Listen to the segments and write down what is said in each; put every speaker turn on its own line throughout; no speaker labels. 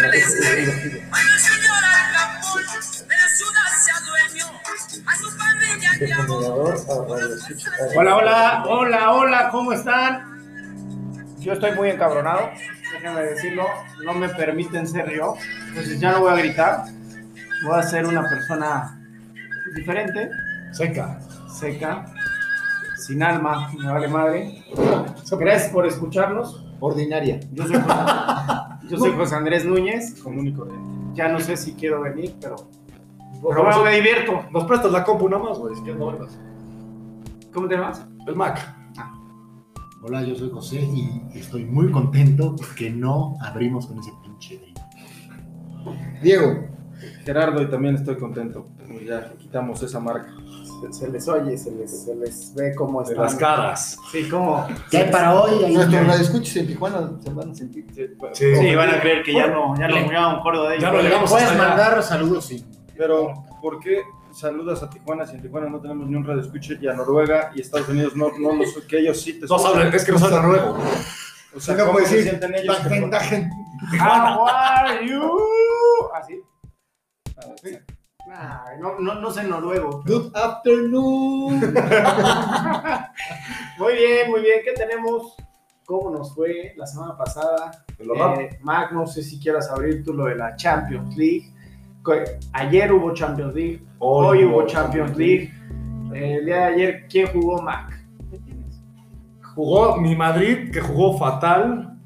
Cuando el señor Arcambol de la ciudad se adueñó, a su familia llamó.
Hola, hola, hola, hola, ¿cómo están? Yo estoy muy encabronado, déjenme decirlo, no me permiten ser yo, entonces ya no voy a gritar, voy a ser una persona diferente,
Seca.
seca, sin alma, me vale madre. Gracias por escucharnos,
Ordinaria.
yo soy José, yo soy José Andrés Núñez,
Común y corriente.
ya no sé si quiero venir, pero, pero bueno,
Nos,
me divierto.
nos prestas la compu nada más, güey. Es que no vengas.
¿Cómo te llamas?
El Mac.
Hola, yo soy José y estoy muy contento porque no abrimos con ese pinche grito. Diego,
Gerardo, y también estoy contento. Pues Ya quitamos esa marca.
Se les oye, se les, se les ve cómo
De
están.
las caras.
Sí, cómo.
¿qué hay para hoy? Ahí
Nuestros
está.
radioescuchas en Tijuana se van a sentir.
Sí.
Sí, van a creer que ya no, ya no
Le-
llegaba un coro de ellos.
Ya no llegamos
Puedes
hasta allá.
mandar saludos sin.
Pero, ¿por qué saludas a Tijuana si en Tijuana no tenemos ni un radio escucha y a Noruega y Estados Unidos no, no los que ellos sí te
No
escuchan?
saben, es que no saben noruego.
O sea,
No
¿cómo
puedes
se
decir,
sienten ellos?
"Back then, back then".
How are you? Así. Ay, No, no, no sé noruego.
Good afternoon.
Muy bien, muy bien. ¿Qué tenemos? ¿Cómo nos fue la semana pasada? Eh, Mac, no sé si quieras abrir tú lo de la Champions League. Co- Ayer hubo Champions League, hoy, hubo Champions League. Eh, El día de ayer, ¿quién jugó Mac?
Jugó mi Madrid, que jugó fatal.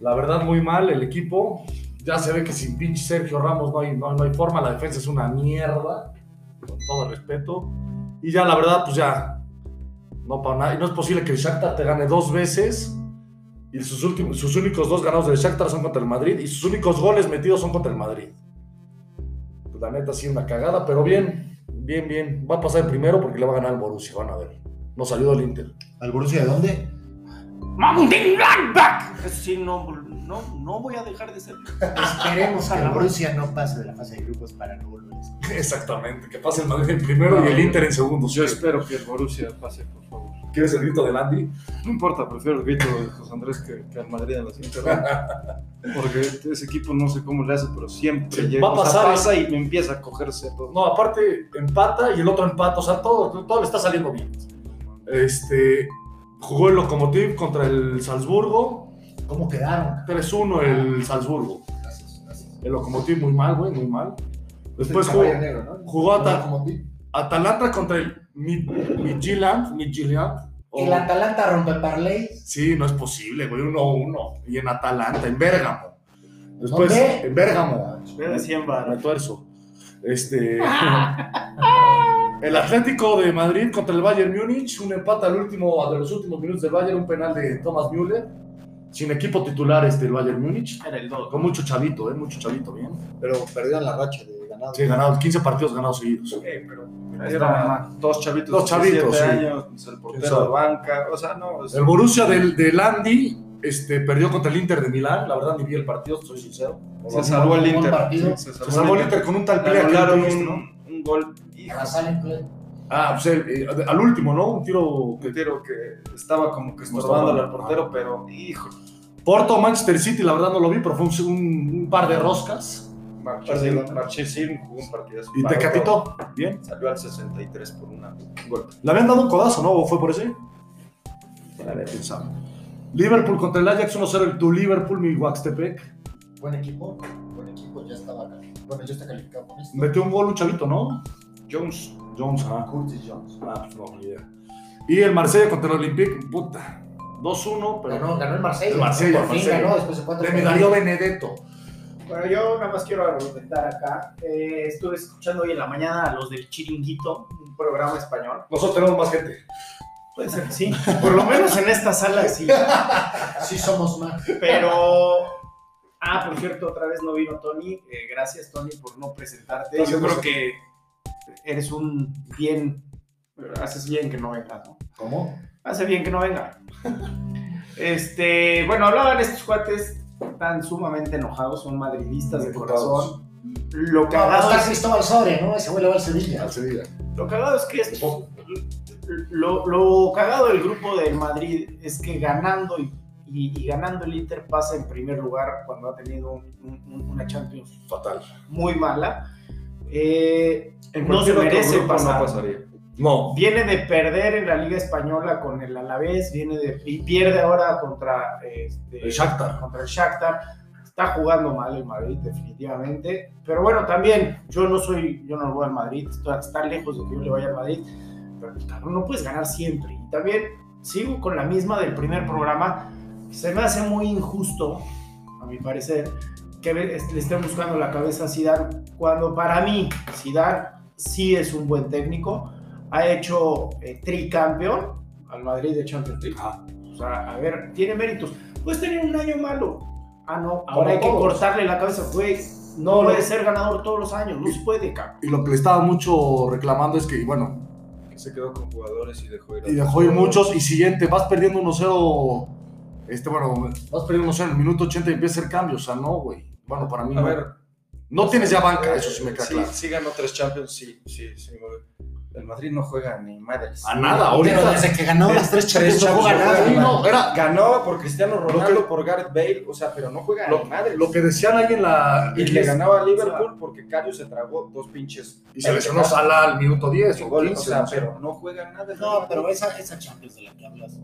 La verdad, muy mal el equipo. Ya se ve que sin pinche Sergio Ramos no hay, no, no hay forma. La defensa es una mierda. Con todo respeto. Y ya, la verdad, pues ya. No para nada. Y no es posible que el Shakhtar te gane dos veces. Y sus, últimos, sus únicos dos ganados del Shakhtar son contra el Madrid. Y sus únicos goles metidos son contra el Madrid. Pues la neta, sí, una cagada. Pero bien, bien, bien. Va a pasar el primero porque le va a ganar el Borussia. Van a ver. No salió del Inter.
¿Al Borussia de dónde?
Eso sí, no, no, no voy a dejar de ser.
Esperemos que
Ojalá.
el Borussia no pase de la fase de grupos para no volver a escuchar.
Exactamente, que pase el Madrid en primero y el Inter en segundo.
Yo espero que el Borussia pase, por favor.
¿Quieres el grito de Landy?
No importa, prefiero el grito de José Andrés que, que al Madrid en la siguiente ronda. Porque ese equipo no sé cómo le hace, pero siempre
Sí,
llega.
va a
o sea,
pasar, ¿eh?
pasa y me empieza a cogerse todo.
No, aparte empata y el otro empata, o sea, todo, todo le está saliendo bien. Este, jugó el Lokomotiv contra el Salzburgo,
¿Cómo quedaron?
3-1 el Salzburgo.
Gracias, gracias.
El Lokomotiv muy mal, güey, muy mal. Después jugó,
Caballo negro, ¿no?
jugó Ata-
Como ti.
Atalanta contra el Mi- Midtjylland, Midtjylland, o-
El Atalanta rompe parlays.
Sí, no es posible, güey, 1-1. Y en Atalanta, en Bérgamo. Después,
¿Dónde?
en Bérgamo.
Pero 100
me tuerzo. Este. el Atlético de Madrid contra el Bayern Múnich, un empate al último, de los últimos minutos del Bayern, un penal de Thomas Müller, sin equipo titular este el Bayern Múnich,
Era el 2.
con mucho chavito, eh, mucho chavito, bien.
Pero perdieron la racha de ganado.
Sí, ganados, 15 partidos ganados seguidos.
Era dos chavitos
Dos
de 17
chavitos, sí.
años, pues, el portero
sabe?
de banca, o sea, no. es-
El Borussia del, de Landi este, perdió contra el Inter de Milán, la verdad ni vi el partido, soy sincero.
se salvó el
Buen
Inter.
partido.
sí, se
Se salvó el Inter con un tal
Le
Plea, claro,
anularon
un-
un, un gol. Hijo,
Rafael Inclán.
Ah, pues el- eh, al último, ¿no? Un tiro que
un tiro que estaba como que
Como
estorbándole
estaba-
al portero, pero hijo.
Porto Manchester City, la verdad no lo vi, pero fue un, un- un par de roscas.
Marchesín Marchesín jugó un partidazo.
Y te
Paró,
capitó. Bien.
Salió al 63 por una golpe.
Le habían dado un codazo, ¿no? ¿O fue por ese? ¿Quién sabe? Liverpool contra el Ajax 1-0, el tu Liverpool, mi Huaxtepec.
Buen equipo. Buen equipo. Ya estaba calificado. Bueno, ya está calificado con esto.
Metió un gol un chavito, ¿no?
Jones.
Jones, ah.
Curtis Jones.
Ah, pues no, ni idea. Y el Marsella contra el Olympique, puta. 2-1, pero...
Ganó, ganó el Marsella.
El Marsella,
Por fin
Marsella.
ganó después de cuatro
De mi Darío Benedetto.
Bueno, yo nada más quiero argumentar acá. Eh, estuve escuchando hoy en la mañana a los del Chiringuito, un programa español.
Nosotros tenemos más gente.
Puede ser que sí. Por lo menos en esta sala sí.
Sí somos más.
Pero. Ah, por cierto, otra vez no vino Tony. Eh, gracias, Tony, por no presentarte.
No,
Yo
no
creo
sé.
que eres un bien. Haces bien que no vengas, ¿no?
¿Cómo?
Hace bien que no venga. Este, bueno, hablaban estos cuates tan sumamente enojados, son madridistas de
Emputados.
corazón, Lo
Va a
cagado,
estar
es,
Cristóbal Soria, ¿no? Ese güey le va al Sevilla.
Al Sevilla.
lo cagado es que es- lo, lo cagado del grupo del Madrid es que ganando y, y- y ganando el Inter pasa en primer lugar cuando ha tenido un- un- un- una Champions
Fatal.
muy mala. Eh,
En
no se
cualquier otro
merece
grupo
pasar.
No pasaría.
No.
Viene de perder en la Liga Española con el Alavés, viene de, y pierde ahora contra, este,
El Shakhtar.
contra el Shakhtar. Está jugando mal el Madrid, definitivamente. Pero bueno, también yo no soy, yo no le voy al Madrid, está, está lejos de que yo le vaya al Madrid. Pero pues, cabrón, no puedes ganar siempre. Y también sigo con la misma del primer programa. Se me hace muy injusto, a mi parecer, que le le estén buscando la cabeza a Zidane, cuando para mí Zidane sí es un buen técnico, ha hecho eh, tricampeón al Madrid de Champions League.
Ah.
O sea, a ver, tiene méritos. Puedes tener un año malo. Ah, no, ahora hay que
todos.
cortarle la cabeza, güey. No puede ser ganador todos los años, no se puede, cabrón.
Y lo que le estaba mucho reclamando es que, y bueno,
Se quedó con jugadores y dejó ir. a-
y dejó ir muchos. Y siguiente, vas perdiendo 1-0. Este, bueno, vas perdiendo 1-0 en el minuto 80 y empieza a hacer cambios. O sea, no, güey. Bueno, para mí
A
no.
ver.
no tienes ya banca,
eh,
Ah, eso sí me queda
sí,
claro.
sí ganó tres Champions, sí, sí, sí. me- El Madrid no juega ni madres.
A nada,
Pero
ahorita.
desde que ganó las tres Champions no
Champions
juega
no
nada.
Sí,
juega,
hermano.
no, era
Ganó por Cristiano Ronaldo,
que-
por Gareth Bale, o sea, pero no juega
lo,
ni madres.
lo que decían ahí en la.
y le ganaba a Liverpool porque Cario se tragó dos pinches.
Y se lesionó Salah al minuto 10 o
goles,
15.
o sea,
no sé.
pero no juega nada.
No, pero esa, esa Champions de la que hablas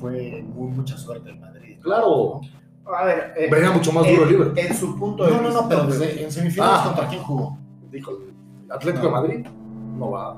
fue muy mucha suerte del Madrid.
Claro,
A ver, eh,
venía mucho más duro el
en,
Liverpool.
en su punto de
No, no,
vista,
no, pero
güey.
desde- en semifinales
Ah.
contra quién jugó.
Dijo, Atlético de Madrid, no va.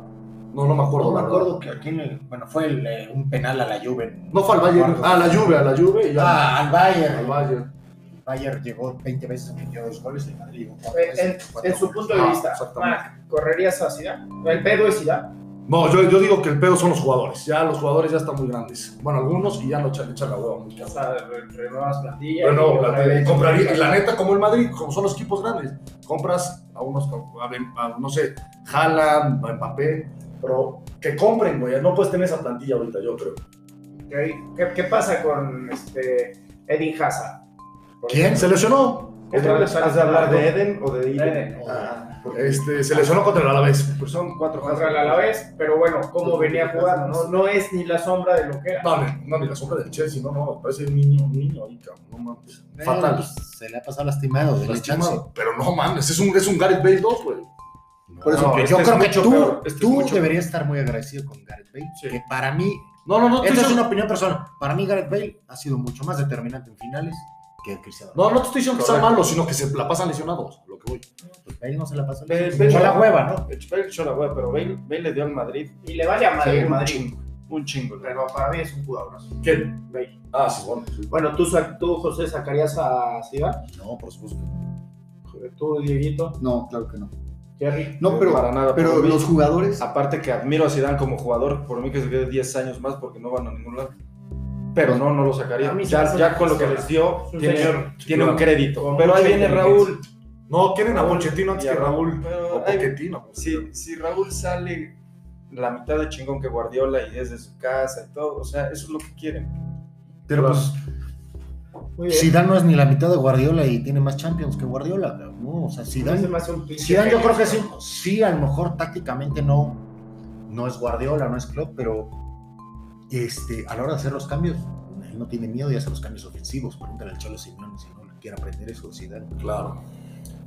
No, no me acuerdo.
No
la
me
verdad.
acuerdo que a quién le- Bueno, fue el, eh, un penal a la Juve.
No fue al Bayern. A la Juve, a la Juve y ya.
Ah, al Bayern.
al Bayern.
El Bayern llegó 20 veces, metió dos goles el Madrid. llegó cuatro
En,
veces,
Eh, en-
cuatro
en su
goles.
punto de
Ah,
vista,
exactamente.
Marc, ¿correrías a Zidane? El pedo es Zidane.
No, yo, yo digo que el pedo son los jugadores. Ya los jugadores ya están muy grandes. Bueno, algunos y ya no echan, echan la hueva. muy
O
cabrón.
sea, re- renuevas plantillas.
Pero
y
no,
otra
la- eh,
vez-
compraría, y la neta, como el Madrid, como son los equipos grandes, compras a unos, a Ben- a, no sé, Haaland, a Mbappé, pero que compren, güey. No puedes tener esa plantilla ahorita, yo creo.
¿Qué, qué- qué pasa con este, Eddie Hazard? Por
¿Quién? Se lesionó.
Otra vez
¿Has de hablar de Eden o de Eden?
Eden.
Ah, porque
Este, se lesionó contra el Alavés.
pues son cuatro
contra el Alavés, pero bueno, cómo venía jugando, no, no es ni la sombra de lo que era.
No, ni- no, ni la sombra del Chelsea, no, no, parece un niño, un niño ahí, cabrón, no mames.
Eh,
Fatal.
pues, se le ha pasado lastimado de la Chelsea.
Lastimado. Pero no mames, es un, es un Gareth Bale 2, güey.
Por eso,
No,
que
este
yo
es
creo que
mucho
tú,
peor, este es
tú
mucho
deberías estar muy agradecido con Gareth Bale,
Sí.
que para mí,
No, no, pues no,
esta es
diciendo-
una opinión personal, para mí Gareth Bale ha sido mucho más determinante en finales que Cristiano
no, no te estoy diciendo que sea
Correcto.
malo, sino que se la pasan lesionados, lo que voy.
Pues Bale no se la pasó.
Bale-
Se
Bale-
echó la hueva, ¿no?
Bale echó la hueva, pero Bale, Bale le dio al Madrid
Y le vale a Madrid,
Sí,
Madrid,
un chingo. la
pero para mí es un jugadorazo.
¿Quién?
Bale.
Ah, sí, bueno.
Bueno, ¿tú, sa- tú, José, sacarías a Zidane?
No, por supuesto.
¿Tú, Dieguito?
No, claro que no.
¿Jerry?
No, pero,
Eh, Para nada,
pero
por mí.
los jugadores.
Aparte que admiro a Zidane como jugador, por mí que se quede 10 años más porque no van a ningún lado. Pero no, no lo
A
sacaría.
mí se me
Ya,
hace
ya
una
con lo que
persona.
les dio,
Es un señor.
tiene, tiene
Claro.
un crédito.
Con
Pero ahí
mucha
viene Raúl.
inteligencia.
No, quieren a Pochettino antes
Y a
que Raúl.
pero
O
ahí-
Pochettino.
si, si Raúl sale la mitad de chingón que Guardiola y desde su casa y todo, o sea, eso es lo que quieren.
Pero
Claro.
pues,
Muy bien.
Zidane no es ni la mitad de Guardiola y tiene más Champions que Guardiola, cabrón. No, o sea,
Se
Zidane,
me hace un pinche
Zidane yo
genio,
creo que sí, sí, a lo mejor tácticamente no, no es Guardiola, no es Klopp, pero este, a la hora de hacer los cambios, él no tiene miedo de hacer los cambios ofensivos. Pregúntale al Cholo Simeone si no le quiere aprender eso, Zidane.
Claro.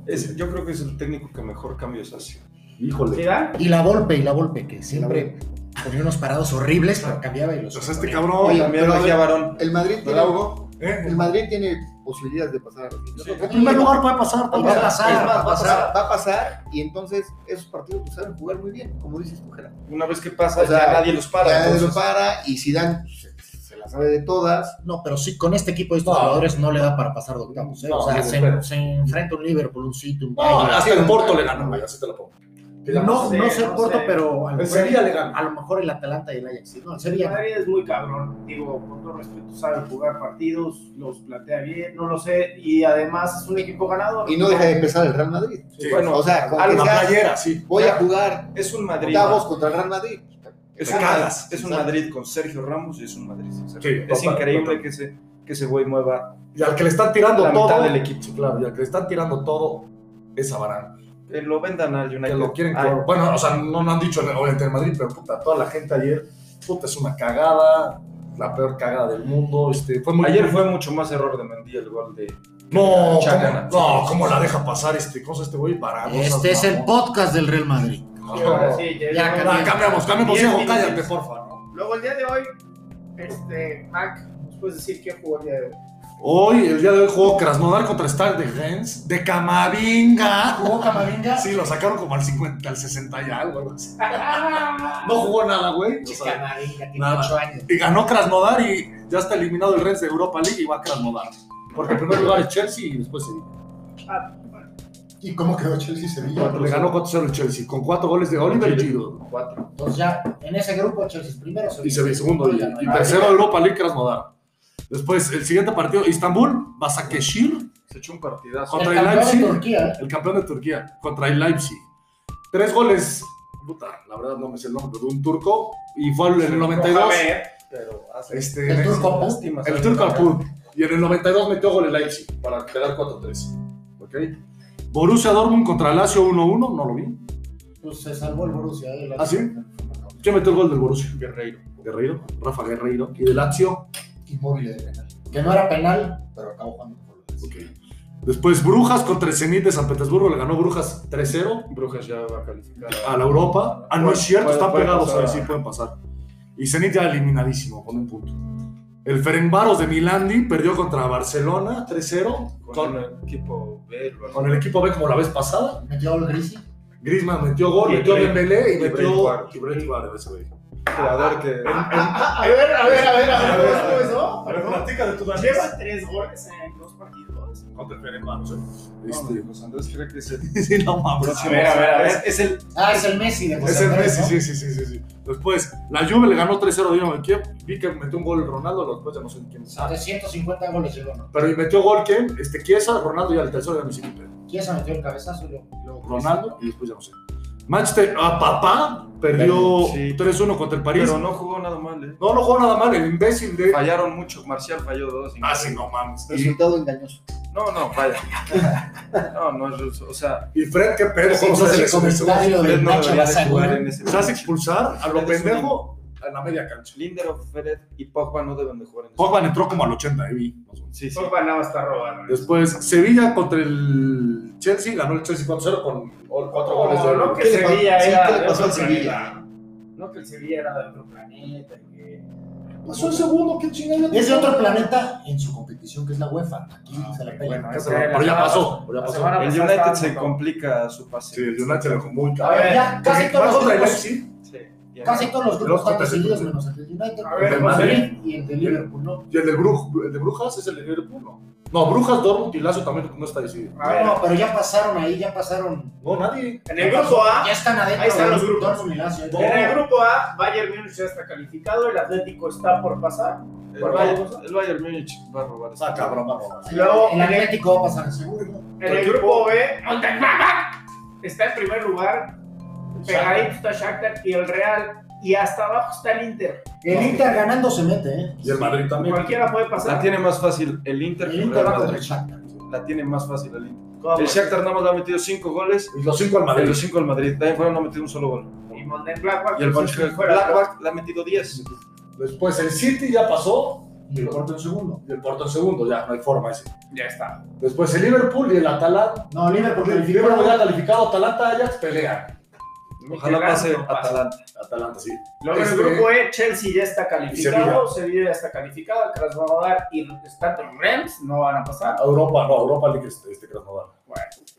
Es- yo creo que es el técnico que mejor cambios hace.
Híjole.
¿Zidane?
Y la Volpe, y la Volpe, que siempre ponía unos parados horribles, pero cambiaba y los...
O sea, este
ponía.
cabrón.
Oye,
También
pero a
Mejía
ver,
Barón.
El Madrid tiene,
¿Verdad, Hugo?
¿eh?
el Madrid tiene posibilidades de pasar a la
Sí.
siguiente.
En primer lugar puede pasar,
Y
también va a pasar,
es más,
va a pasar.
Va a pasar y entonces esos partidos pues, saben jugar muy bien, como dices tú, Gerardo.
Una vez que pasa,
O sea,
ya nadie los para.
Ya
entonces-
lo para y Zidane se, se la sabe de todas.
No, pero sí, con este equipo de estos
No.
jugadores no le da para pasar de octavos. ¿eh?
No,
o sea,
no,
se,
pero-
se enfrenta un Liverpool, un City, un
No,
Bayern.
hasta el Porto le ganó, güey, así te lo pongo. Que ya
No, no,
sé,
sé
no
el Porto,
sé.
pero a lo,
El
mejor,
Sevilla le gana.
a lo mejor el Atalanta y el Ajax. sí, No, el Sevilla.
Madrid es muy cabrón, digo, con todo respeto, sabe jugar partidos, los plantea bien, no lo sé, y además es un equipo ganador.
Y no deja de pesar el Real Madrid.
Sí.
Bueno,
O sea, con
A
que
la
sea,
playera, sí.
voy a jugar
es un Madrid.
octavos contra el Real Madrid.
Es
Te
un,
cagas.
es un
¿sabes?
Madrid con Sergio Ramos y es un Madrid sin Sergio.
Sí,
es
total,
increíble
total.
que ese que ese güey mueva
Y al que le están tirando
la
todo.
mitad del equipo.
Sí, claro, y al que le están tirando todo es a Varane.
Que lo vendan al United.
Que lo quieren
Ay,
cobrar. Bueno, o sea, no, no han dicho obviamente el Madrid, pero puta, toda la gente ayer, puta, es una cagada, la peor cagada del mundo. Este, fue muy
Ayer fue mucho más error de Mendy el gol de.
No,
Chacana.
¿cómo, no, ¿cómo la deja pasar este cosa este güey para
Este es el podcast del Real Madrid.
Y ahora sí, ya
Ya
llegamos.
cambió.
cambiamos, cambiamos,
Diez
hijo,
minutos.
cállate, porfa, ¿no?
Luego el día de hoy, este, Mac, ¿nos puedes decir quién jugó el día de hoy?
Hoy, el día de hoy jugó Krasnodar contra Star de Gens, de Camavinga.
¿Jugó Camavinga?
Sí, lo sacaron como al 50, al 60 y algo, algo así. No jugó nada, güey. o sea,
Camavinga, tiene
nada.
8 años.
y ganó Krasnodar y ya está eliminado el Rennes de Europa League y va a Krasnodar. Porque en primer lugar es Chelsea y después Sevilla.
¿Y cómo quedó Chelsea Sevilla?
Le ganó 4-0 el Chelsea con cuatro goles de Oliver Giroud.
Cuatro.
Entonces ya, en ese grupo Chelsea es primero
Y Sevilla segundo. Y, y
Ah,
tercero Europa League Krasnodar. Después, el siguiente partido, Istanbul, Basakeshir,
Se echó un partidazo.
contra
el
el
campeón de
Leipzig.
Turquía, ¿eh?
el campeón de Turquía, contra el Leipzig. Tres goles, puta, la verdad no me sé el nombre, de un turco. Y fue en el 92.
Pero hace.
Este,
El
en
turco
ese-
Apu.
Lástima,
El
¿sabes?
Turco Alpur. Y en el 92 metió gol el Leipzig para quedar 4-3. ¿Ok? Borussia Dortmund contra Lazio 1-1, no lo vi.
Pues se salvó el Borussia. ¿eh?
¿Ah, sí? ¿Quién metió el gol del Borussia? Guerreiro. Guerreiro, Rafa Guerreiro. Y de Lazio.
Inmóvil de penal. Que no era penal, pero acabó jugando por lo menos.
Ok. Después Brujas contra el Zenit de San Petersburgo. Le ganó Brujas 3-0
Brujas ya va a calificar.
a la Europa. Ah, no es cierto,
Puede-
están
puede
pegados.
pasar.
ahí sí pueden pasar. Y Zenit ya eliminadísimo con un punto. El Ferenbaros de Milandi perdió contra Barcelona 3-0
Con
con,
el equipo B. lo-
con el equipo B como la vez pasada.
Metió el Grisi.
Griezmann metió gol,
Y
metió
Brent-
Dembélé y
y Brent
metió
Suárez.
y Brent Suárez, ese güey. Ah,
Jugador que.
A ver, a ver, a ver, a ver, ¿cómo estuvo eso?
platica de tu
Lleva tres goles en dos partidos.
Contra el Ferenbaros, eh.
Este,
ah. Este,
José Andrés cree que es el
sí, no mames.
próximo. Pues, A ver, pues, a ver.
Es el
Ah, es el Messi de José
Es el
Andrés,
Messi,
¿no?
sí, sí, sí, sí, sí. Después, la Juve le ganó 3-0 a Dinamo de Kiev. Vi que metió un gol Ronaldo, después ya no sé ni quién sabe.
350 goles llegó, ¿no?
Pero y metió gol quién? Este Chiesa, Ronaldo y al tercero ya no sé quién, pero
¿Quién se metió el cabezazo? y luego-
pues,
luego-
Ronaldo y después ya no sé. Manchester, a papá, perdió
Sí.
3-1 contra el París.
Pero no jugó nada mal, ¿eh?
No, no jugó nada mal, el imbécil de.
Fallaron mucho. Marcial falló dos.
Ah, sí, no mames. Y,
Resultado engañoso.
No, no, falla. No, no es. O sea,
y Fred, qué pedo,
Sí,
cómo se
ese
hace eso?
comentario de
Fred no
Nacho
debería de
Bazán,
jugar
¿no?
en ese.
Se hace expulsar a lo
Fred es un
pendejo en la media cancha.
Lindelof, Fred y Pogba no deben de jugar en ese.
Pogba entró como al 80, ahí vi.
Sí, sí.
Pogba nada más está robando.
Después, Sevilla contra el Chelsea, ganó el Chelsea 4-0 con cuatro goles de
Oh, No, no,
oro.
que
¿Qué le pasó-
Sevilla
sí,
era
qué le
de
pasó
otro
al Sevilla?
planeta. No que el Sevilla era de otro planeta. que-
Pasó el segundo, qué chingada.
Es de otro planeta en su competición, que es la UEFA. Aquí se la pelean.
bueno,
Pero
esa era la
ya
semana-
pasó, pero ya
la
pasó.
semana
El
pasada
United
estaba
se
tocado.
complica su pase.
Sí, el United lo jugó muy
A ver,
cabrón.
ya casi
Porque va
todos los
contra el
grupos,
Leipzig
Sí. Y
casi todos los grupos
Los
están
contra-
decididos menos el del United,
A ver,
el de
vamos a ver.
Madrid y el de Liverpool, ¿no?
y el del Bruj- el de Brujas es el de Liverpool, ¿no? No, Brujas, Dortmund y Lazio también no está decidido.
A ver,
No, pero ya pasaron ahí, ya pasaron.
No, nadie.
en el grupo A,
Ya están adentro.
Ahí están
de
los grupos.
Dortmund y Lazio, ¿eh?
en el grupo A, Bayern Múnich ya está calificado, el Atlético está por pasar.
El Bayern, el Bayern Múnich va a robar.
Ah, cabrón, vamos.
El-
Luego-
el Atlético va a pasar seguro. ¿no?
En el grupo B, Mönchengladbach está en primer lugar, pegadito está Shakhtar y el Real, y hasta abajo está el Inter.
El Inter ganando se mete, ¿eh?
Y el Madrid también.
Cualquiera puede
La
pasar.
tiene más fácil el Inter que
El
el
Inter va
Real
contra el
Madrid.
Shakhtar.
La tiene más fácil el Inter.
¿Cómo?
El Shakhtar nada más le ha metido 5 goles.
Y los cinco al
De
Madrid.
los 5 al Madrid. También fueron no ha metido un solo gol.
Y Mönchengladbach,
Y el
pues,
Black
fuera.
Blackback le ha metido 10.
Después el City ya pasó
Y el Porto en segundo.
y el Porto en segundo, ya no hay forma ese.
Ya está.
Después el Liverpool y el Atalanta.
No, Liverpool
Porque el
calificó.
Liverpool ya calificado, Atalanta, Ajax pelea.
Ojalá pase
No pasa.
Atalanta.
Atalanta, sí.
Luego en
Este-
el grupo E, Chelsea ya está calificado, Sevilla, ya está calificado, Krasnodar y Staten Reims no van a pasar.
A Europa, no, Europa League este, este Krasnodar.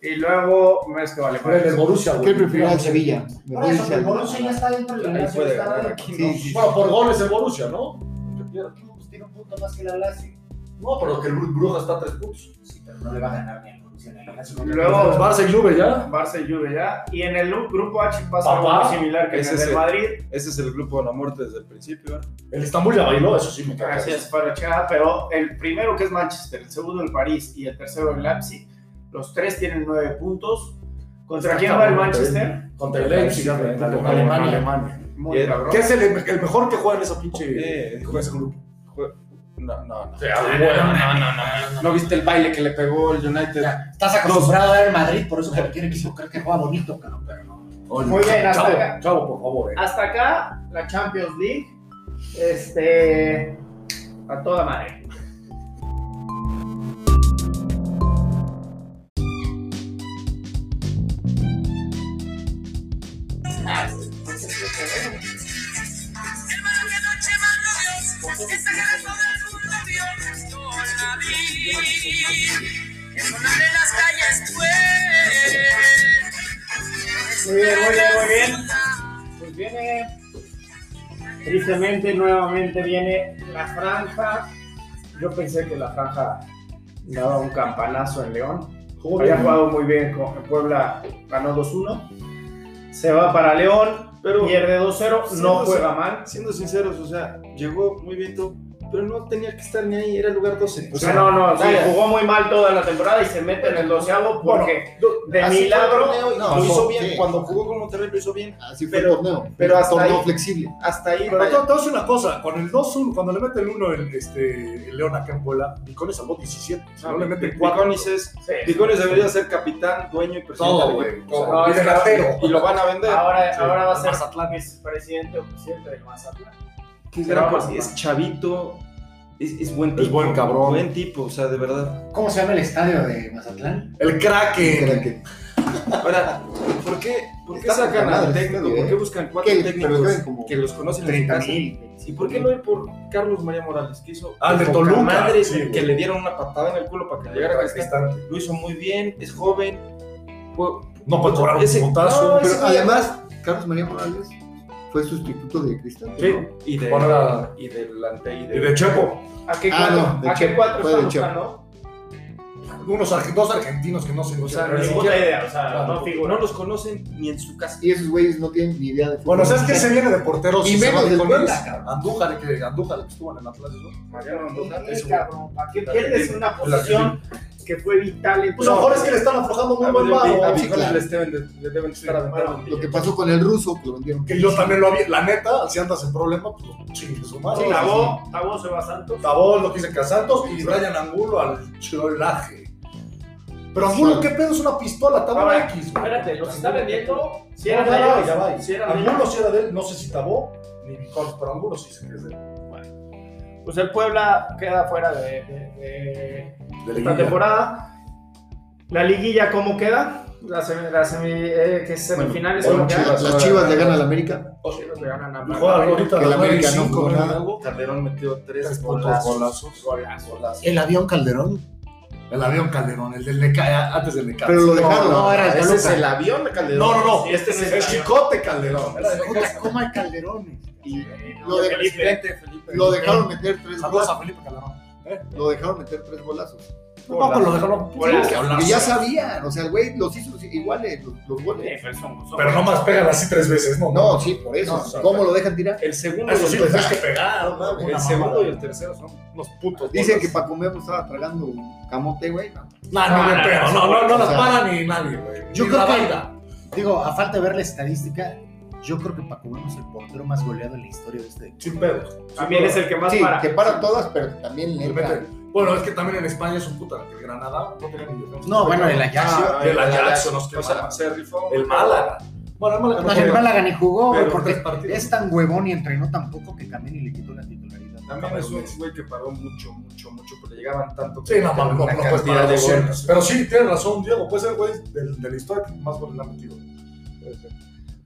Y luego, no es que vale
Pero el Borussia, güey.
¿Qué prefiero? El Sevilla. Me
Por
voy
eso,
al
el
Sevilla.
Borussia ya está dentro del
Ahí
Lazio.
puede
está
ganar
dentro.
aquí,
Sí,
¿no?
sí.
Bueno, por goles el Borussia, ¿no? Que pierda.
Pues tiene un punto más que la Lazio.
No, pero que el Bru- Brujas está a tres puntos.
Sí, pero no le va a ganar ni al Borussia ni al Lazio.
Los
Luego,
Barça y Juve ya.
Barça y Juve ya. Y en el grupo H pasa
Papá,
algo muy similar que en
ese
el
es
del
el-
Madrid.
Ese es el grupo de la muerte desde el principio. ¿eh?
El Istanbul ya bailó, eso sí me caga.
Gracias, Parochada. Ah, Pero el primero que es Manchester, el segundo el París y el tercero el Leipzig. Los tres tienen nueve puntos. ¿Contra quién va el Manchester?
Contra el Leipzig, ya,
Contra
contra
Alemania.
Alemania.
Muy
Eh,
cabrón.
Que es el, el mejor que juega en esa pinche.
Eh,
en ese grupo.
Jue- No, no, no.
Sí, a huevo.
¿No viste el baile que le pegó el United?
Estás acostumbrado a ver Madrid, por eso cualquier equipo cree que juega bonito, cabrón, pero no.
Muy bien, hasta
Chavo,
acá.
chavo, por favor. eh.
Hasta acá, la Champions League. Este. A toda madre.
Hermano, qué noche más gloriosa. Esa cara todo el mundo vio. Yo la vi. En una de las calles fue.
Muy bien, muy bien, muy bien. Pues viene, tristemente, nuevamente viene la franja. Yo pensé que la franja daba un campanazo en León. Había jugado muy bien con en Puebla, ganó 2-1. Se va para León,
Pero
pierde 2-0,
Sí,
no
o sea,
juega mal.
siendo sinceros, o sea, llegó muy bien todo, pero no tenía que estar ni ahí, era el lugar 12.
O sea, no, no, sí,
vaya.
jugó muy mal toda la temporada y se mete en el doceavo porque de
Así fue el
milagro.
torneo y
no,
lo hizo
pasó,
bien,
sí.
cuando jugó con Monterrey lo hizo bien.
Así fue
Pero-
el torneo.
pero hasta
torneo
ahí-
flexible.
Hasta ahí,
Pero
vaya.
te, te voy a decir una cosa, con el 2-1, cuando le mete el 1 el, este, el León acá en Puebla, Bicones salvó 17. Si no le mete 4.
Picones, Ah, es-
Sí.
Picones debería ser capitán, dueño y presidente.
Todo,
del
güey,
equipo,
todo.
o sea,
No,
y
es
de
que-
ratero, Ah, Y lo van a vender.
Ahora, ahora va a ser
Mazatlán.
presidente o presidente del Mazatlán.
Qué
Pero
gran
vamos,
cosa,
vamos.
es chavito, es, es buen tipo.
Es buen cabrón.
Buen tipo, o sea, de verdad.
¿Cómo se llama el estadio de Mazatlán?
El Kraken.
que,
Ahora, ¿por qué, por qué
Está
sacan
con madre
al
este
técnico?
estadio,
¿Por
eh.
qué buscan cuatro
Que- pero
técnicos
quedan como
que los conocen en su
30
casa?
mil.
¿Y por qué no ir por Carlos María Morales? que hizo?
Ah, de
Poca
Toluca,
madre,
sí, güey.
que le dieron una patada en el culo para que llegara a Cristal. Lo hizo muy bien, es joven. Fue-
No puede cobrar un
Ese-
puntazo.
no,
pero-
ese-
Pero además, Carlos María Morales fue sustituto de Cristian.
Sí.
¿no?
Y de,
Bueno, era-
y delante y de,
Y de Chepo.
¿A qué
Ah,
cuatro,
no, de
¿a qué
Chepo,
cuatro
fue de
estamos
Chepo.
ganando?
Unos arge- dos argentinos que no se
sea, ni
Ni
conocen.
siquiera-
puta idea, o sea,
Claro.
no figura.
No los conocen ni en su casa.
Y esos güeyes no tienen ni idea de fútbol.
Bueno, ¿sabes qué se viene de porteros?
Y
se
menos
va
del
Bicones?
Puebla, cabrón.
Andújar, que Andújar que estuvo en el Atlas. ¿no?
Sí, cabrón, ¿Para qué pierdes una posición que fue vital? en
Pues a
todo?
lo mejor es que le están aflojando muy buen
a
vago.
Bicones
sí, claro.
les deben, de- les deben estar aventando el
Lo que
billete.
pasó con el ruso, que lo vendieron.
Que yo también lo había. La neta, si andas en problema, pues chingue su madre.
Sí, Tabó, Tabó se va a Santos.
Tabol lo quise Casantos y Brian Angulo al cholaje. Pero Angulo, ¿qué pedo? Es una pistola, Tabó
Ahora,
X. güey.
Espérate, los está vendiendo. Si
Ya
era de
va,
ellos,
ya va.
si era de
Angulo
ellos.
sí era de él, no sé si Tabó ni Bicones, pero Angulo sí se es de él.
Pues el Puebla queda fuera de, de- de
De
esta
liguilla.
temporada. La liguilla, ¿cómo queda? La semi, la semi, eh, que es semifinales,
Bueno,
¿cómo queda?
Las chivas le ganan al América.
Los Chivas le ganan a
Y Juega ahorita
Que la
a las
América no
9:05,
jugó
¿no?
nada.
Algo.
Calderón metió tres
Tres
golazos.
puntos, golazos.
Golazos.
El avión Calderón.
El avión Calderón, el del Neca, antes del Neca.
Pero lo dejaron.
No, no, era el
Ese es
Toluca.
el avión de Calderón.
No, no, no.
Sí, este es el
el Chicote Calderón.
Puta, ¿Cómo hay Calderones?
Y
Lo, de-
Felipe, Felipe.
lo dejaron meter tres
Saludos
golazos.
a Felipe Calderón.
Lo dejaron meter tres golazos.
No, Paco, lo dejaron.
Hola.
Tienen que hablar.
Que ya sabían. O sea, el güey los hizo iguales, los, los goles.
Pero no más pegan así tres veces, ¿no?
No, sí, por eso.
No, o sea,
¿Cómo lo dejan tirar?
El segundo,
Eso
y
sí,
el,
les tienes que
ah,
pegar.
No, mames,
Una
el segundo
mamada.
y el tercero son.
Unos putos.
Dicen que
bolas.
Paco Memo estaba tragando camote, güey. No.
No, no, no, pero no, no, no las
O sea,
para ni nadie, güey.
yo
Ni
creo
la
que-
banda.
Digo, a falta de ver la estadística, yo creo que Paco Bueno es el portero más goleado en la historia de este equipo.
Sin pedos.
También es el que más
Sí,
para.
que para todas, pero también le
Le
entra.
mete. Bueno, es que también en España es un puta. El Granada no tenía ni defensa.
No, bueno, el Ajax.
Ah, el Ajax, o nos
O sea,
quemaron.
se rifó.
El Málaga. Bueno, el Málaga. no
No, el
juega.
Ah, Málaga ni jugó, güey,
Pero
porque
tres partidos.
es tan huevón y entrenó tampoco que Cameni le quitó la titularidad.
También es un güey que paró mucho, mucho, mucho, porque le llegaban tanto.
Sí, no, mames, no,
una
no puedes
cantidad
parar
de
200.
goles.
Pero sí, tienes razón, Diego. Puede ser, güey, del- de la historia que más goles le ha metido.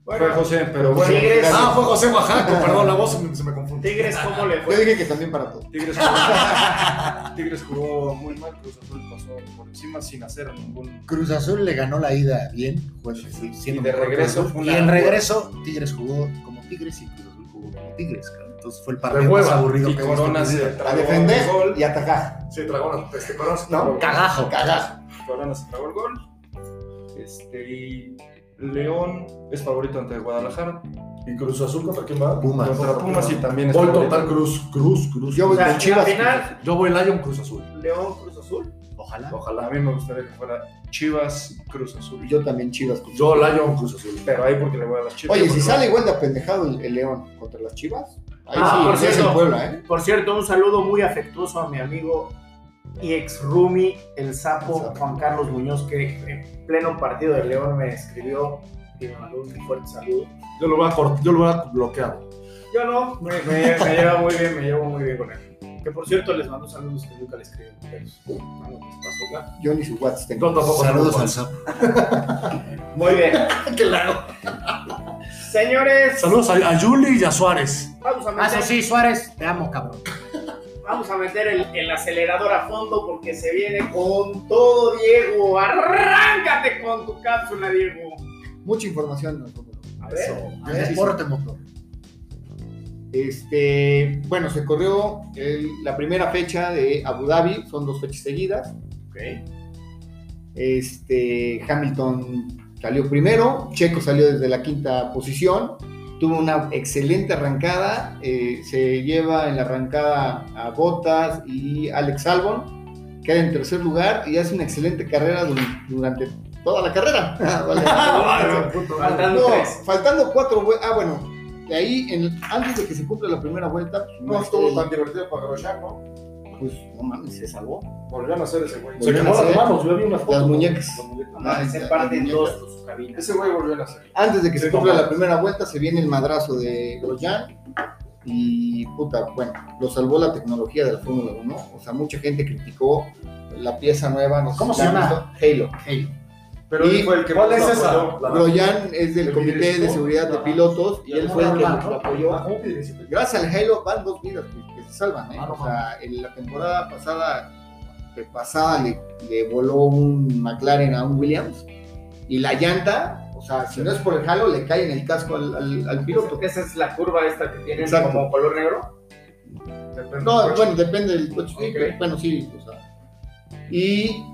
Fue José, pero bueno.
Tigres.
Ah, fue José Oaxaco, perdón, la voz se me, se me confundió.
Tigres, ¿cómo le
Yo
fue?
dije que también para todas.
Tigres jugó, Tigres jugó muy mal, Cruz Azul pasó por encima sin hacer ningún.
Cruz Azul le ganó la ida bien, pues, siendo
Y de
mejor Cruz
regreso
Azul.
fue
Y
una-
en regreso, Tigres jugó como Tigres y Cruz Azul jugó como Tigres. cabrón. Entonces fue el
De
partido más
hueva.
aburrido
Y
que hemos
Corona
tenido.
se
A
tragó
defender
el gol.
y atacar.
Sí, Dragón, este, conoce.
¿No?
Cagajo.
Cagar.
Corona se tragó el gol. Este, y León es favorito ante Guadalajara.
¿Y Cruz Azul contra quién va?
Pumas.
Contra Pumas y también es
Voy
favorito.
total Cruz, Cruz, Cruz.
Yo
O
voy
sea,
con Chivas.
la final,
Yo voy Lion Cruz Azul.
León Cruz Azul.
Ojalá.
Ojalá, a mí me gustaría que fuera Chivas Cruz Azul.
Yo también Chivas. con-
Yo Lion Cruz Azul.
Pero ahí porque le voy a las Chivas.
Oye, si
Porque-
sale igual de apendejado el, el León contra las Chivas, Ahí
Ah,
sí,
por
no es
cierto.
en Puebla, ¿eh?
Por cierto, un saludo muy afectuoso a mi amigo y ex roomie, el sapo
El sapo.
Juan Carlos Muñoz, que en pleno partido de León me escribió y me mandó un fuerte saludo.
Yo lo voy a, cort- yo lo voy a bloquear.
Yo no, me, me- me llevo muy bien, me llevo muy bien con él. Que por cierto, les mando saludos que nunca les escriben. pero, bueno, les paso acá.
Yo ni su WhatsApp tengo.
Yo tampoco
Saludos
tengo-
al sapo.
Muy bien. Señores,
Saludos a, a Yuli y a Suárez.
vamos a
Ah,
meter,
eso sí, Suárez, te amo, cabrón.
vamos a meter el, el acelerador a fondo porque se viene con todo, Diego. Arráncate con tu cápsula, Diego.
Mucha información. ¿no? Como-
A ver.
Deporte, motor.
Este, bueno, se corrió el- la primera fecha de Abu Dhabi, son dos fechas seguidas. Este, Hamilton salió primero, Checo salió desde la quinta posición, tuvo una excelente arrancada, eh, se lleva en la arrancada a Bottas y Alex Albon, queda en tercer lugar y hace una excelente carrera dur- durante toda la carrera. Vale,
Ah, puto madre.
Faltando
no,
tres.
faltando cuatro vueltas. Ah, bueno, de ahí, en- antes de que se cumpla la primera vuelta, pues,
No estuvo tan divertido para Grosjean, ¿no?
Pues no mames, se salvó.
Volvieron a hacer ese güey.
Se quemó las manos, yo vi unas fotos.
Las muñecas.
Las muñecas.
Mamá, se
Ay,
parte en
Ah, ya,
dos por su cabina.
Ese güey volvió a hacer.
Antes de que se
Sí,
cumpla
no
la primera vuelta, se viene el madrazo de Grosjean. Y puta, bueno, lo salvó la tecnología de la Fórmula 1. O sea, mucha gente criticó la pieza nueva. No sé
¿Cómo
si
se
la han
llama?
visto. Halo.
Pero
¿Y
él fue el que
¿Cuál
más
es
la
esa?
apoyó.
La-
Grosjean es del
¿El
Comité de
liderazgo?
Seguridad de
Ajá.
Pilotos y
el
él fue el que
motor,
lo
¿no?
apoyó.
Ah, ¿cómo que-
Gracias al Halo van dos vidas que, que se salvan, ¿eh?
Ah, no
o sea, en la temporada pasada, de pasada le, le voló un McLaren a un Williams y la llanta, o sea, si no es por el Halo, le cae en el casco al, al- al piloto.
Esa es la curva esta que tienen
Exacto.
como color negro.
No, bueno, depende del coche. sí,
Ok.
pero bueno, sí, o sea. Y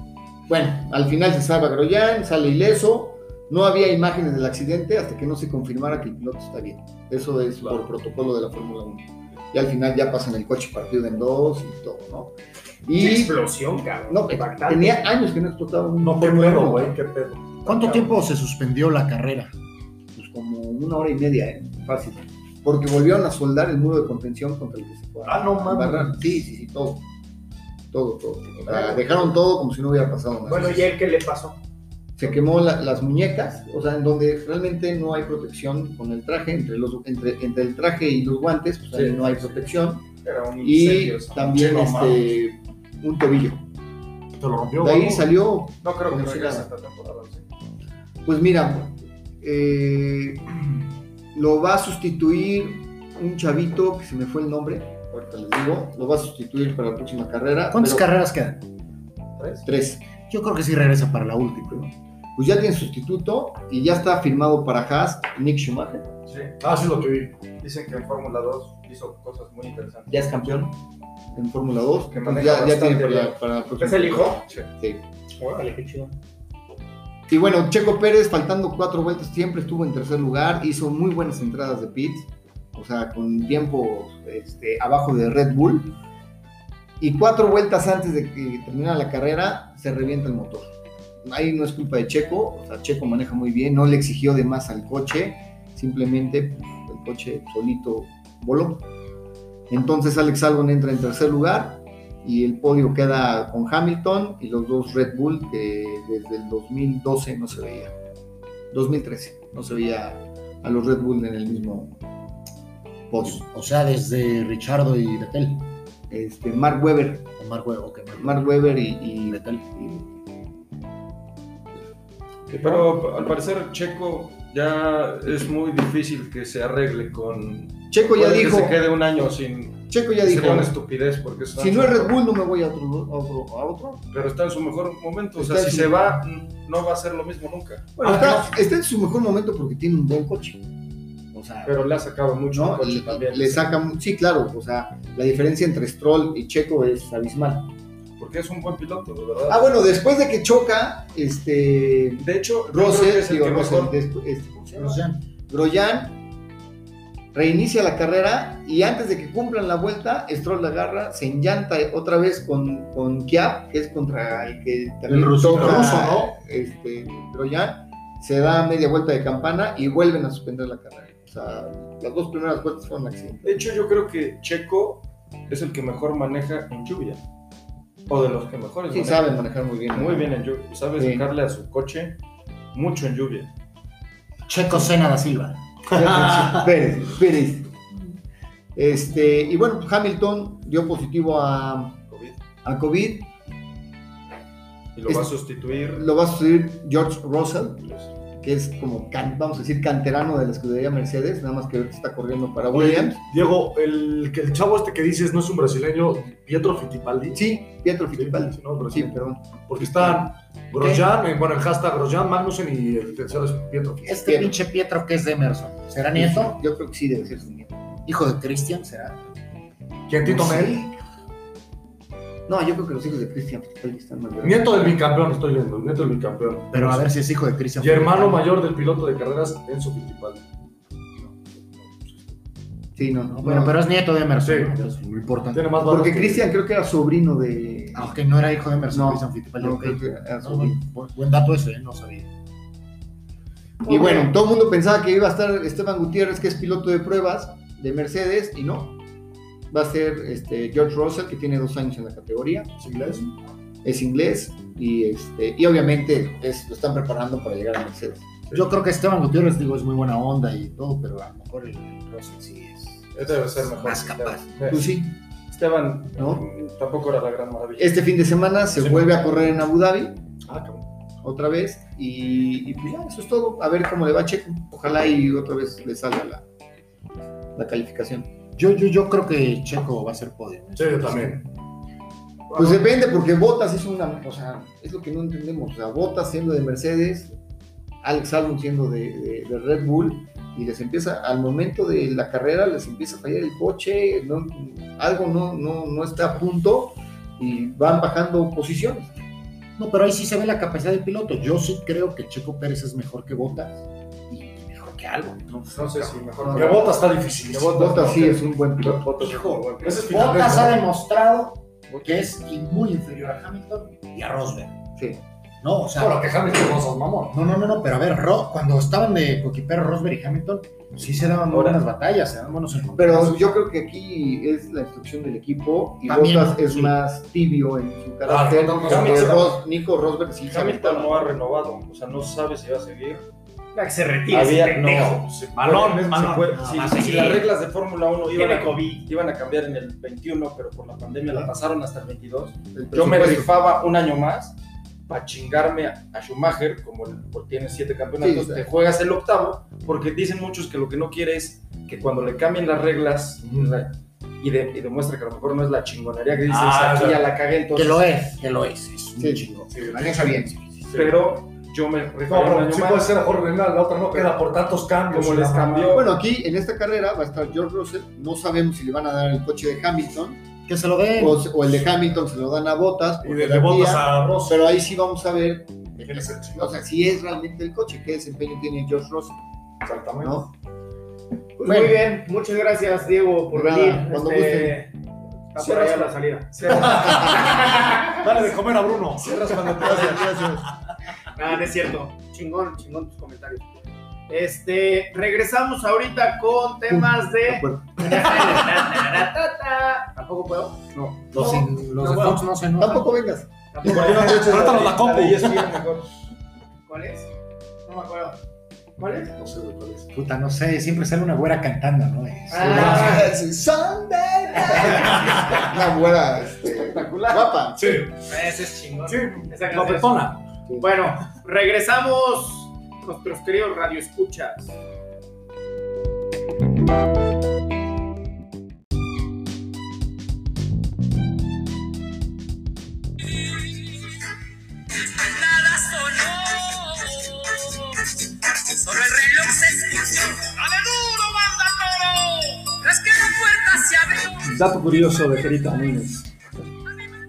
bueno, al final se salva Groyan, sale ileso. No había imágenes del accidente hasta que no se confirmara que el piloto está bien. Eso es por protocolo de la Fórmula 1. Y al final ya pasan el coche partido en dos y todo, ¿no?
Qué
Y
explosión, cabrón.
no,
Impactante.
tenía años que no explotaba un
No, qué
Fórmula
pedo,
Uno,
güey, qué pedo.
¿Cuánto tiempo se suspendió la carrera?
Pues como una hora y media, ¿eh? Fácil. Porque volvieron a soldar el muro de contención contra el que se fue. a-
Ah, no
a embarrar.
mames.
Sí, sí, sí, todo. Todo, todo. O sea, dejaron todo como si no hubiera pasado nada.
Bueno, ¿y él qué le pasó?
se quemó la- las muñecas, o sea, en donde realmente no hay protección con el traje, entre, los, entre, entre el traje y los guantes, pues ahí no hay protección.
Era un
Y
incendio. esa
también
noche, no mames.
este, un tobillo.
Te lo rompió.
De ahí
¿no?
salió,
No creo que
como si
regrese
nada.
esta temporada. sí.
pues mira, eh, lo va a sustituir un chavito que se me fue el nombre, ahorita les digo, lo va a sustituir para la próxima carrera.
¿Cuántas
pero-
carreras quedan?
Tres.
Yo creo que sí regresa para la última.
Pues ya tiene sustituto y ya está firmado para Haas Nick Schumacher.
Sí.
Ah, sí, lo que vi.
Dicen que en Fórmula 2 hizo cosas muy interesantes.
ya es campeón en Fórmula 2.
Que
entonces
maneja
ya, ya tiene
bastante
para,
bien.
la- para la próxima.
¿Es el hijo?
Sí.
Órale, qué chido.
Y bueno, Checo Pérez, faltando cuatro vueltas, siempre estuvo en tercer lugar. Hizo muy buenas entradas de pit. O sea, con tiempo este, abajo de Red Bull. Y cuatro vueltas antes de que terminara la carrera, se revienta el motor. Ahí no es culpa de Checo. O sea, Checo maneja muy bien. No le exigió de más al coche. Simplemente pues, el coche solito voló. Entonces Alex Albon entra en tercer lugar y el podio queda con Hamilton y los dos Red Bull que desde el 2012 no se veía. 2013 no se veía a los Red Bull en el mismo podio.
O sea, desde Richardo y Vettel.
Este, Mark Webber,
O Mark Webber, ok, Mark
Mark Webber y, y-
Vettel.
y-
Pero al parecer Checo ya es muy difícil que se arregle con...
Checo ya
Puede que
dijo,
se quede un año sin...
Checo ya
sería
dijo,
una estupidez porque... está
si
en
no
su
es Red
mejor-
Bull no me voy a otro, a otro, a otro".
Pero está en su mejor momento. O sea,
Está en
si
su-
se va, no va a ser lo mismo nunca.
Bueno, está, está en su mejor momento porque tiene un buen coche. O sea,
Pero le ha sacado mucho
¿no?
al coche
Le,
también.
le saca, mu- sí, claro, o sea, la diferencia entre Stroll y Checo es abismal.
Porque es un buen piloto, de verdad.
Ah, bueno, después de que choca, este,
de hecho, yo creo que
Rosell,
es el
digo,
que
Rosell,
mejor-
despu- este, ¿cómo se llama?
Grosjean.
Grosjean reinicia la carrera y antes de que cumplan la vuelta, Stroll la agarra, se enllanta otra vez con, con Kiap, que es contra el que también
El ruso,
toca,
el ruso,
Este, Grosjean, se da media vuelta de campana y vuelven a suspender la carrera. sea, las dos primeras vueltas fueron accidentes.
De hecho, yo creo que Checo es el que mejor maneja en lluvia. O de los que mejores
Sí,
manejan.
saben manejar muy bien.
Muy bien en lluvia. Sabe
Sí.
sacarle a su coche mucho en lluvia.
Checo Cena da Silva.
Pérez, Pérez. Este, y bueno, Hamilton dio positivo a,
COVID.
a COVID.
Y lo
Es-
va a sustituir.
Lo va a sustituir George Russell, que es como, can- vamos a decir, canterano de la escudería Mercedes, nada más que ahorita está corriendo para Williams.
Diego, el, que el chavo este que dices no es un brasileño, Pietro Fittipaldi.
Sí, Pietro Fittipaldi.
Sí, no,
Sí,
brasileño.
perdón.
Porque están Grosjean, eh, bueno, el hashtag Grosjean, Magnussen y el tercero es Pietro.
Este
Pietro.
pinche Pietro que es de Emerson. ¿Será nieto?
Yo creo que sí debe ser su nieto.
¿Hijo de Christian? ¿Será?
¿Quién Tito
No sé.
Mel?
No, yo creo que los hijos de Christian Fittipaldi están más grandes.
Nieto del bicampeón, estoy viendo, nieto del bicampeón.
Pero a ver si es hijo de Christian.
Pues Y hermano mayor del piloto de carreras, Enzo Fittipaldi.
Sí, no,
Bueno, pero es nieto de Emerson.
Sí.
¿no? Es muy importante.
Tiene más barras
Porque
que-
Christian creo que era sobrino de...
Aunque no era hijo de Emerson,
No,
Christian Fittipaldi.
no,
Ah, ok.
creo que era
No,
sobrino.
buen- buen dato ese, ¿eh? no sabía.
Y bueno, todo el mundo pensaba que iba a estar Esteban Gutiérrez, que es piloto de pruebas de Mercedes, y no. Va a ser este, George Russell, que tiene dos años en la categoría,
¿Es inglés?
es inglés, y, este, y obviamente es- lo están preparando para llegar a Mercedes.
Yo creo que Esteban Gutiérrez, digo, es muy buena onda y todo, pero a lo mejor el, el Russell sí es.
Él Este debe ser mejor.
Más
que
capaz.
Esteban.
Pues sí,
Esteban
¿no?
mm, tampoco era la gran maravilla.
Este fin de semana se
Sí.
vuelve a correr en Abu Dhabi,
Ah, cabrón.
otra vez, y, y pues ya, eso es todo. A ver cómo le va a Checo. Ojalá y otra vez le salga la, la calificación.
Yo, yo, yo creo que Checo va a ser podio. ¿no?
Sí, yo también.
Pues depende, porque Botas es una. O sea, es lo que no entendemos. O sea, Botas siendo de Mercedes, Alex Albon siendo de, de- de Red Bull, y les empieza, al momento de la carrera, les empieza a fallar el coche, no- algo no, no, no está a punto, y van bajando posiciones.
No, pero ahí sí se ve la capacidad del piloto. Yo sí creo que Checo Pérez es mejor que Bottas y mejor que algo.
No sé si mejor.
Que bota está difícil.
Que
Botas,
Bottas
sí es un buen piloto.
Bottas es
Hijo,
muy bueno.
Ese es
Bottas
finlandés,
ha
¿no?
demostrado que es muy inferior a Hamilton y a Rosberg.
Sí.
No, o sea,
Bueno, que Hamilton no seas mamón.
no, no, no, no, pero a ver, Ro- cuando estaban de coquipero Rosberg y Hamilton, sí se daban muy
Ahora.
buenas batallas, se daban buenos encontronazos.
Pero yo creo que aquí es la instrucción del equipo y
También,
Botas es
sí.
más tibio en su carácter.
no, no,
porque
Hamilton-
Ros- Nico Rosberg sí
Y
se
Hamilton no
aventaba.
ha renovado, o sea, no sabe si va a seguir.
Ya que se retire ese
Había-
pendejo.
no, se puede-
Malón, es
se
malón.
puede-
No,
si-
va a
si
seguir.
las reglas de Fórmula 1 iban
Tiene
a,
COVID.
iban a cambiar en el 21, pero por la pandemia la pasaron hasta el 22,
El
yo me
presupuesto.
rifaba un año más para chingarme a, a Schumacher, como el- porque tiene siete campeonatos,
Sí, sí.
te juegas el octavo, porque dicen muchos que lo que no quiere es que cuando le cambien las reglas la- y, de- y demuestra que a lo mejor no es la chingonería que dices,
Ah,
aquí
ya.
ya la cagué,
Que
entonces...
lo es, que lo es, es un
Sí.
chingo.
Maneja bien.
Pero yo me
No,
rifaba un
pero
año
sí
más.
puede ser mejor en la otra no queda por tantos cambios.
Como les
una mamá.
cambió.
Bueno, aquí en esta carrera va a estar George Russell. No sabemos si le van a dar el coche de Hamilton
Que se lo den.
o, o el de Hamilton se lo dan a Botas.
Y de, de botas a Rosa.
Pero ahí sí vamos a ver,
¿Quién es el chingado?
o sea, si es realmente el coche, qué desempeño tiene George Russell,
Exactamente.
¿no?
Pues
Bueno.
muy bien, muchas gracias Diego por
Nada,
venir.
cuando
este, está por allá la salida.
Dale de comer a Bruno.
Nada, Ah, no es cierto. Chingón, chingón tus comentarios. Este, regresamos ahorita con temas de.
acuerdo.
Tampoco puedo. No.
Los, en- los
no,
de
bueno.
Fox no se enojan.
Tampoco vengas.
Tampoco.
Ahorita la compu.
¿Cuál es? No me acuerdo. ¿Cuál es?
No sé de cuál es.
Puta, no sé, siempre sale una güera cantando, ¿no? Es-
Ah.
Sunday. Una buena, este,
Espectacular.
guapa.
Sí,
Ah, Ese es chingón.
sí.
Esa canción.
Guapetona.
Bueno, regresamos, nuestros queridos radioescuchas.
Nada sonó. Solo el reloj se escuchó. ¡Dale duro, banda toro! Tras que la puerta se abrió.
Dato curioso de Gerita Núñez.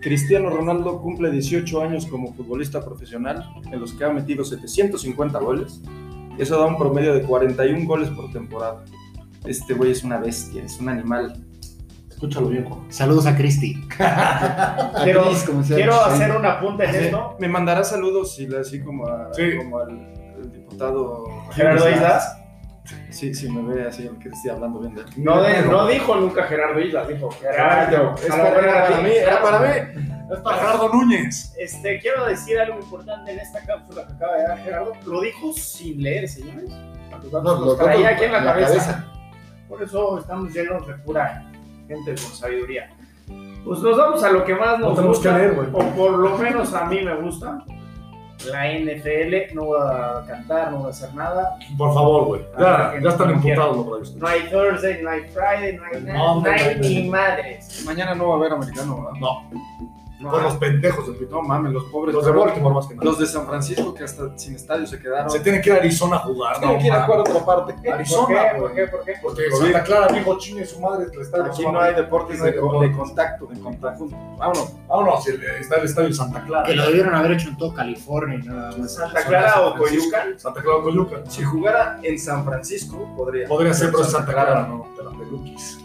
Cristiano Ronaldo cumple 18 años como futbolista profesional, en los que ha metido 750 goles. Eso da un promedio de 41 goles por temporada. Este güey es una bestia, es un animal.
Escúchalo bien, Juan.
Saludos a Cristi.
Quiero-
Actriz, como sea.
Quiero hacer un apunte en
Me-
esto.
Me mandará saludos y le- así como, a-
Sí.
como al, al diputado
Gerardo Islas.
Sí, sí, me ve así el que estoy hablando bien de él.
No, de- no dijo nunca Gerardo Islas, dijo Gerardo.
Es para, era para mí, era para mí. Es para Gerardo Núñez.
Este, quiero decir algo importante en esta cápsula que acaba de dar Gerardo. Lo dijo sin leer, señores. Los datos
No,
los
los
traía
datos
aquí en la,
en la
cabeza.
cabeza.
Por eso estamos llenos de pura gente con sabiduría. Pues nos vamos a lo que más
No
nos
tenemos que
gusta,
leer, güey.
o por lo menos a mí me gusta. La NFL, no va a cantar, no va a hacer nada.
Por favor, güey.
Ah,
Ya, ya están imputados los rayos.
No hay Thursday, no hay Friday, no hay nada.
No,
No
hombre,
hay
no hay-
ni madres.
Mañana no va a haber americano, ¿verdad?
No,
No
por
hay.
los pendejos de Pitón.
No mames, los pobres.
Los de Baltimore más que nada.
Los de San Francisco que hasta sin estadio se quedaron.
Se tienen que ir a Arizona a jugar.
Tienen que ir a jugar a otra parte.
¿Por
Arizona,
qué? ¿Por
güey.
qué? ¿Por qué?
Porque Santa Clara dijo chingue su madre, le está
Aquí no hay deportes de, de contacto. De contacto. Vámonos.
Vámonos, el- está el estadio Santa Clara.
Que lo debieron haber hecho en todo California, y nada más.
¿Santa Clara o Coyuca?
Santa Clara Coyuca.
Si jugara en San Francisco, podría.
Podría ser, pero es Santa Clara, no, de la peluquis.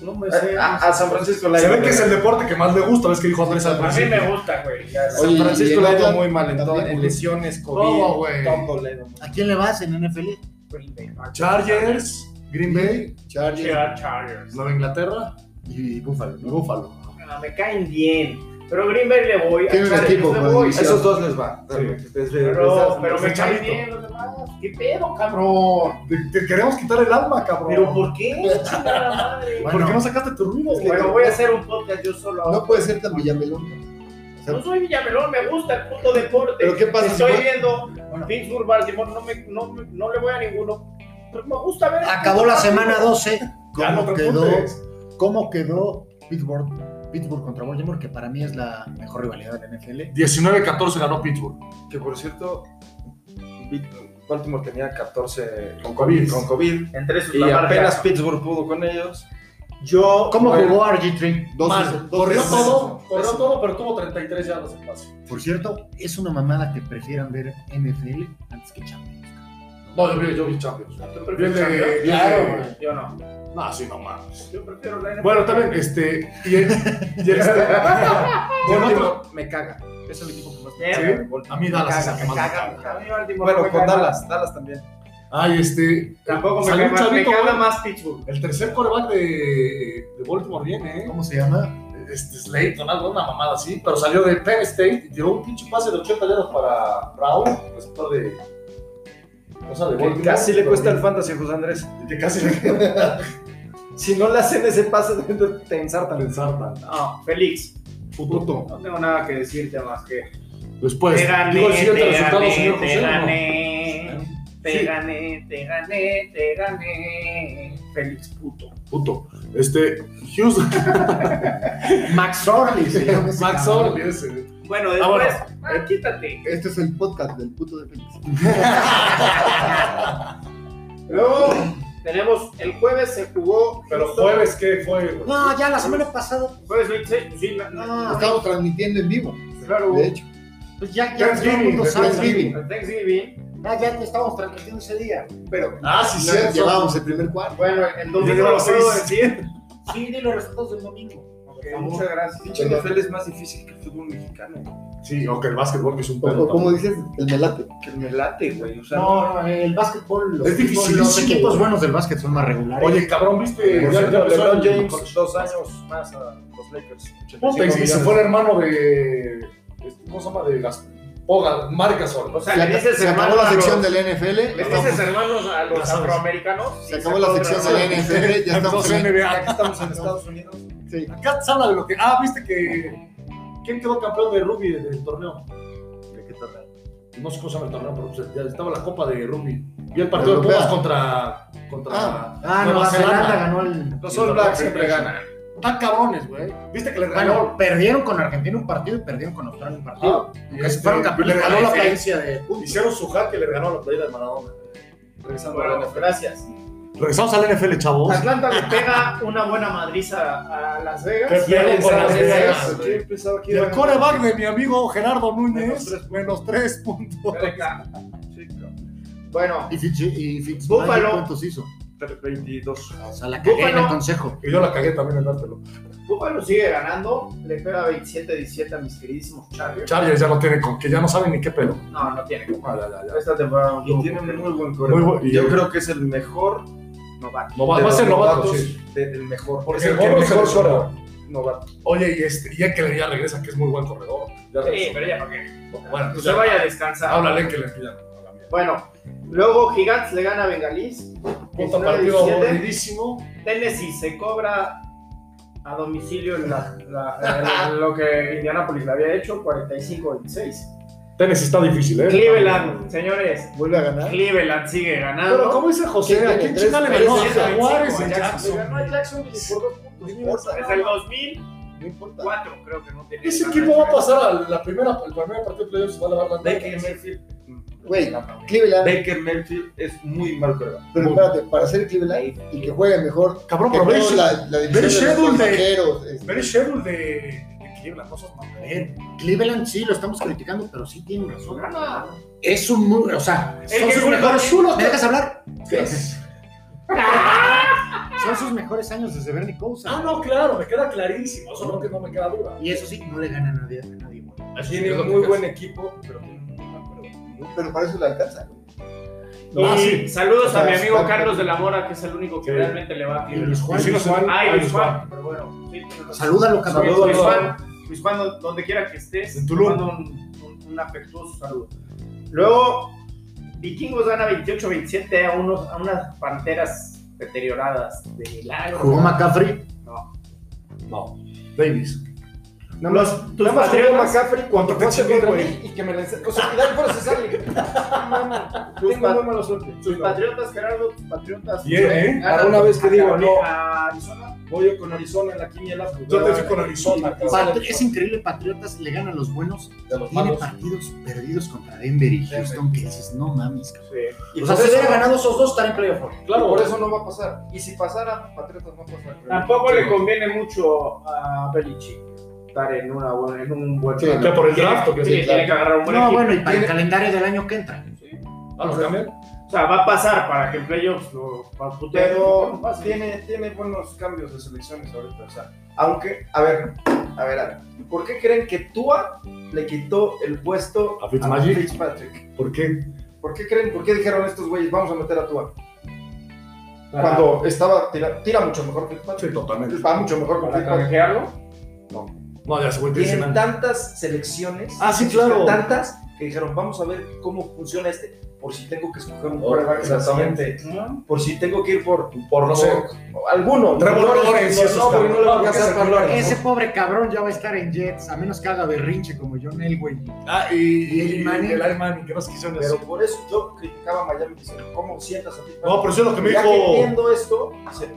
No me sé.
A, a- a San Francisco la
Se ve
iba
que es
a
el deporte que más le gusta, ves que dijo Andrés al
A mí
principio.
me gusta, güey. Ya,
San
Oye,
Francisco
y
le ha ido
Oakland
muy mal en, todo,
también,
en
güey.
lesiones,
Todo,
COVID,
güey.
todo le ha ido mal.
¿A quién le vas en NFL?
Green Bay.
Chargers, Green Bay,
Chargers
Gerard Chargers.
Nueva Inglaterra
Y Búfalo,
y
¿no?
Búfalo.
Ah, me caen bien. Pero Green Bay le voy. a
Tiene un
Chargers
equipo,
le
pues,
voy.
sí.
Esos dos les va.
Sí.
Desde-
Pero, pero
desde-
me
desde
caen
chavito.
bien los demás. ¿Qué pedo, cabrón?
Te, te queremos quitar el alma, cabrón.
¿Pero por qué? Chingada madre.
¿Por qué no sacaste tu ruido?
Es que-
Bueno, voy a hacer un podcast yo solo.
no
ahora.
puede ser tan villamelón.
No soy Villamelón, me gusta el puto deporte.
Pero ¿qué pasa si
Estoy
fue-
viendo Pittsburgh, Baltimore, no, me, no, me- no le voy a ninguno. Pero me gusta ver. el
Acabó
puto
la
partido.
semana 12.
Ya no
¿Cómo
te
quedó?
apuntes.
¿Cómo quedó Pittsburgh? Pittsburgh contra Baltimore, que para mí es la mejor rivalidad de la NFL.
19-14 ganó Pittsburgh.
Que por cierto, Vi- Baltimore tenía 14
Con COVID.
Con COVID
Entre sus
y
la
apenas
marca.
Pittsburgh pudo con ellos.
Yo.
¿Cómo
Bueno.
jugó RG3?
Dos,
Mal,
dos-
corrió
dos-
todo, corrió
Pésimo.
todo, pero tuvo 33 yardas en pase.
Por cierto, es una mamada que prefieran ver NFL antes que Champions.
No, yo vi, yo vi Champions.
¿Tú
Bien
prefieres
de-
Champions?
bien
Claro,
de-
güey. Yo no.
No, sí, no mames.
Yo prefiero la NFL.
Bueno, también, este. Y, el- y el- Con otro-
Baltimore me caga. Es el equipo que más
¿Eh?
me caga. de Baltimore.
A mí Dallas es el que más me caga.
Bueno, con Dallas, Dallas también.
Ay, este.
Tampoco me
salió un
caga, me
chavito,
caga
güey.
más Pittsburgh.
El tercer coreback de, de Baltimore viene, ¿eh?
¿Cómo se llama?
Este Slayton, algo, una mamada así, pero salió de Penn State y tiró un pinche pase de 80 yardas para Brown, receptor de. O sea, de
Que
Baltimore.
casi le
pero
cuesta el
bien.
fantasy a José Andrés.
Que casi le cuesta
Si no le hacen ese pase, te ensartan.
pensar tan.
No, Félix,
Puto.
no tengo nada que decirte más que.
Después,
te gané,
Pues, digo el
te,
siguiente resultado, señor
gané,
José.
te
¿no?
gané, te
Sí.
gané, te gané, te gané. Félix, puto.
Puto. Este, Houston.
Max Orley se llama ese
Max
cabrón.
Orley, ese.
Bueno,
Ah, bueno.
después, ah, quítate.
Este es el podcast del puto de Félix.
Luego tenemos el jueves se jugó.
Pero
Houston.
jueves, ¿qué fue? güey?
No, ya la semana pasada.
Jueves 26, pues sí, la-
No.
Estamos transmitiendo en vivo,
claro.
de hecho.
Pues ya, ya todo el
Thanksgiving,
mundo
de
sabe.
Thanksgiving.
el Thanksgiving.
Ya, Ah, ya te estábamos transmitiendo ese día.
Pero
Ah, sí,
no,
cierto.
llevábamos el primer cuarto.
Bueno, el domingo
Llegó
lo
a
puedo
6.
decir.
Sí, di los resultados del domingo.
Ok, muchas gracias.
El NFL es más difícil que el fútbol mexicano.
Sí, o que el básquetbol que es un
O,
pedo.
o como dices, el melate.
Que me late, güey. O sea,
No, no, el básquetbol. Los
Es
equipos-
dificilísimo,
Los equipos
güey.
buenos del básquet son más regulares.
Oye, cabrón, ¿viste?
Por
Ya-
cierto,
ya empezó
LeBron
el-
James, dos años más a los Lakers.
Puta, y
85
se- y se
millones.
fue el hermano de. este, ¿Cómo se llama? De Gas. Poga, Marcasol.
O sea,
Se,
le
aca-
dices
se acabó
hermano
la
a
sección
los-
del NFL.
le
estamos-
dices hermanos a los
Ya sabes.
afroamericanos.
se
y
acabó la
saca
sección
otra
del
vez.
NFL. Ya estamos en el-
Ya que estamos en Estados Unidos.
sí.
Acá se habla de lo que. Ah, viste que. ¿Quién quedó campeón de rugby del, del torneo? No sé cómo se llama el torneo, pero pues, ya estaba la copa de rugby. Y el partido de
Europea.
Pumas contra. contra
Ah, Nueva Zelanda ganó el.
Los All Blacks siempre ganan.
Están cabrones, güey. Viste que le
Bueno,
regaló.
perdieron con Argentina un partido y perdieron con Australia un partido.
y
Aunque se
este,
fueron campeones,
le
ganó
ganó
la
la
cadencia de puntos.
Hicieron su hack que le ganó a la playera de Maradona.
Regresando a la
Bueno,
NFL.
gracias.
Regresamos al NFL, chavos.
Atlanta le pega una buena madriza a Las Vegas.
Qué pedo con Las Vegas,
Yo pensaba que
Y
iba a
el
ganar.
coreback de mi amigo Gerardo
Menos
Núñez, menos tres puntos.
Venga. Bueno, Ah.
Y, Fitz, y Fitz-
Buffalo.
¿cuántos hizo?
22.
O sea, la cagué en el
Búfalo.
consejo.
Y yo la cagué también en dártelo.
Buffalo sigue ganando, le pega 27-17 a mis queridísimos Chargers.
Chargers ya no tiene con que ya no saben ni qué pelo.
No, no tiene.
Ah, ya, ya, ya.
Esta temporada
Y
no-
tiene un muy buen
Muy
corredor.
buen- y-
Yo creo que es el mejor
novato.
Nova-
de
va a
los
ser novato,
novatos,
sí.
de- el mejor.
Porque
es el
el
que
gordo es el
mejor
mejor.
corre. Novato.
Oye, y este, ya que ya regresa, que es muy buen corredor. Ya
Sí,
regresó.
pero ya, ok.
Bueno,
Que
pues
se
ya-
vaya a descansar.
Háblale que le pidan. a la mierda.
Bueno, luego Gigantes le gana a Bengalís.
Puta partido
19-17.
aburridísimo.
Tennessee se cobra a domicilio en la- la- la- eh, lo que Indianapolis le había hecho, 45-26.
Tennessee está difícil, ¿eh?
Cleveland, señores.
Vuelve a ganar.
Cleveland sigue ganando.
Pero, ¿cómo dice José?
¿Quién
¿A
tiene
quién
tres?
chingale
Tres,
ganó? A
tres,
Jaguares
cinco,
en
a
Jackson.
Jackson.
No hay Jacksonville por dos puntos. No importa.
Desde el 2004
No importa.
creo que no tiene.
Ese equipo va a pasar a la primera, el primer partido de playoffs, va a lavar la
Baker Mayfield.
Güey, Cleveland.
Baker Mayfield es muy mal corredor.
Pero espérate, para ser Cleveland y que juegue mejor.
Cabrón,
Que
pero
no
Belichick-
la, la
Ve el schedule
división de
de-
los vaqueros. este,
Ver el schedule de, de Cleveland, no seas mamón.
Ver, Cleveland sí lo estamos criticando, pero sí tiene razón. Es un muy. O sea, son
que
sus
gol-
mejores.
uno-
¿Me dejas hablar?
Gracias.
Son sus mejores años desde Bernie Kousa.
Ah, no, claro, me queda clarísimo. Eso no, que no me queda duda.
Y eso sí, no le gana a nadie. A nadie güey.
Tiene un muy buen equipo, pero tiene un muy mal corredor.
Pero para eso le alcanza.
Y
Ah, sí.
saludos a mi
O sea,
amigo
está-
Carlos de la Mora, que es el único que
Sí.
realmente le va a
Y
tirar.
Luis Juan.
Sí, Luis Juan.
Ay,
Ay,
Luis
Luis
Juan. Pero bueno, sí, tiene razón.
Salúdalo, cabrón.
Saludos, Luis
Saludos.
Juan. Luis Juan, don- donde quiera que estés,
En
te
Tulum.
mando un, un- un afectuoso saludo. Luego, Vikingos gana 28-27 a, unos, a unas panteras deterioradas de milagro.
Jugó McCaffrey.
No. Davis.
Nada más.
Tus
Nada más jugó
patriotas,
McCaffrey cuando
Te
fue a hacer gol,
chingué,
güey. Y que me la ense- O sea, y Dalí Flores se sale. No mames.
Tus
Tengo
pat-
muy mala suerte.
tus patriotas, Gerardo, tus patriotas.
Bien, ¿eh?
Ganan
Para una vez que
a
digo,
Carolina,
no.
a Arizona.
Voy yo con Arizona en la quiniela. pues,
Yo
voy
te
a-
fui con Arizona,
Patri-
cabrón.
Es increíble, Patriotas le gana a los buenos.
de los
Tiene
malos.
partidos perdidos contra Denver y Houston que dices, no mames, cabrón.
Sí.
Y
O sea,
por
si
eso-
hubiera ganado esos dos, estaría en playoff.
Claro, Ah,
Claro.
por eso no va a pasar. Y si pasara, Patriotas no pasa.
Tampoco le conviene mucho a Belichick estar en, una buena- en un buen
Sí,
¿Qué, por el
Tiene-
draft o qué?
sí, tiene que agarrar un buen
No,
equipo.
bueno, y para el
Tiene-
calendario del año que entra.
Ah, ¿lo cambian?
O sea, va a pasar para que en playoffs lo va a putear.
Pero
Pase.
tiene, tiene buenos cambios de selecciones ahorita. O sea, aunque, a ver, a ver, a ver, ¿por qué creen que Tua le quitó el puesto
¿A Fitzmagic?
Fitzpatrick?
¿Por qué?
¿Por qué creen? ¿Por qué dijeron estos güeyes, vamos a meter a Tua? Cuando estaba, tira, tira mucho mejor que
Sí,
Fitzpatrick.
totalmente.
Va mucho mejor que
para
Fitzpatrick.
canjearlo.
No, ya se fue
Tienen
impresionante.
tantas selecciones.
Ah, sí, claro.
Tantas que dijeron, vamos a ver cómo funciona este, por si tengo que escoger un
Oh,
quarterback.
exactamente.
Por si tengo que ir por
Por no sé.
alguno.
Trevor
Lawrence,
Lawrence,
no,
esos
no, güey, no le va a
cabrones.
alcanzar para Lawrence,
Ese pobre cabrón ya va a estar en Jets, a menos que haga berrinche como John Elway.
Ah, y,
¿Y el Manning?
el Ironman, que más quisieron
Pero
eso.
por eso yo criticaba a Miami diciendo, ¿cómo sientas a ti?
No, pero eso es lo que me
ya que
dijo.
entiendo esto, dice,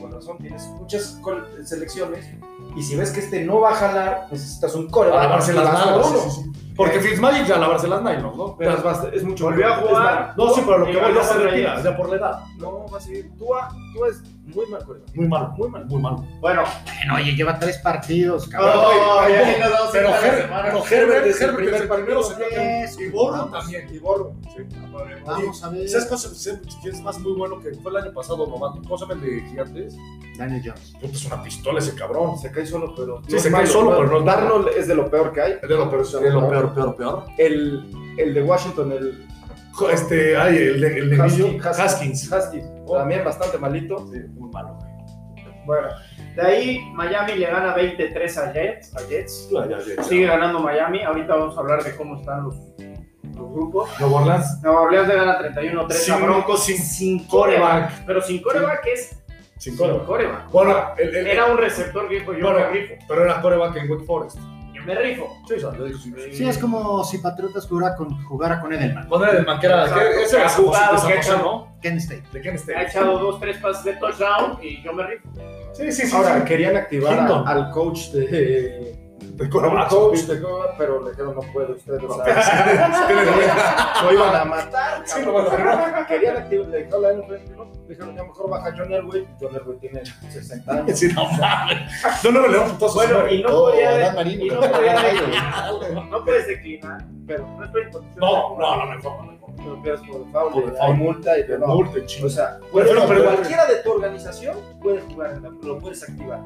con razón, tienes muchas col- selecciones y si ves que este no va a jalar, necesitas un core.
A lavarse las manos.
uno.
sí, sí, sí. Porque Fitzmagic ya lavarse las nylons, ¿no?
Pero es, bast- es mucho.
Volvió a
es
jugar.
No, sí, pero lo que
Y
voy
ganó
ya se
contra
retira,
ellos.
ya por la edad.
mal. No, va a seguir. Tú, a- tú es muy mal corredor.
Muy malo,
Muy mal.
muy malo.
Bueno,
Bueno, oye, lleva tres partidos,
Ah,
cabrón.
oh,
ahí
ya
voy.
sí nos vamos a
Pero
ir a la
Her-
semana.
pero Herbert
desde el
Herbert
primer
desde el primero se vio que-
Tres,
Y Borro
vamos.
también. Y Borro. Sí.
Vamos a ver.
¿Sabes cuál se- se- quién es más muy bueno que fue el año pasado, novato? ¿Cómo se llama el de Gigantes?
Daniel Jones.
Puta, es una pistola ese cabrón.
Se cae solo, pero.
Sí, se cae solo, pero no-
Darnold es de lo peor que hay.
Es de lo peor, es de lo peor, peor, peor.
El, el de Washington, el
Jo- Este, ay, el de el de
Haskins,
Millo- Haskins.
Haskins, también bastante malito.
Sí, muy malo. güey.
bueno. De ahí Miami le gana 23 a Jets. A Jets.
Ya, ya, ya.
Sigue ganando Miami. Ahorita vamos a hablar de cómo están los, los grupos.
Nueva Orleans.
Nueva Orleans le gana 31-3 a
Sin-
Broncos sin, coreback. Pero sin coreback es
Sin
sin
coreback.
coreback.
Bueno, el, el-
Era un receptor viejo. Yo
Bueno.
me rifo.
pero era coreback en Wake Forest.
Yo me rifo.
Sí, o sea, yo digo, sí, sí.
Sí, es como si Patriotas jugara con, jugara con Edelman.
¿Cuándo era el man que era?
Exacto.
que- Ese era
Ha
su
jugado,
de San
que ha
José,
hecho-
¿no?
Ken State.
¿De quién
Ha
este?
echado dos, tres pases de touchdown y yo me rifo.
Sí, sí, sí.
Ahora,
sí.
querían activar a-
Hinton.
al coach de.
De
al
coreback.
coach de Goa, pero le dijeron, no puede usted. o sea, Lo iban a matar.
Sí,
cabrón.
lo van a
Querían activar, le dijeron, la NFL, no, dijeron, ya mejor baja John Elway. John Elway tiene 60 años.
Sí, no mames. No, no me le damos putazos.
Bueno, y no
Oh,
podía.
Dan Marino.
y no podía- no puedes declinar
pero no estoy en condiciones
No,
de-
no, no me forma, no me forma.
Pero pierdes por el foul,
Por
hay
el foul.
multa y
Te
no.
multa, chingo.
O sea,
Prefiero
puedes-
perder.
cualquiera de tu organización puede jugar, en la- lo puedes activar.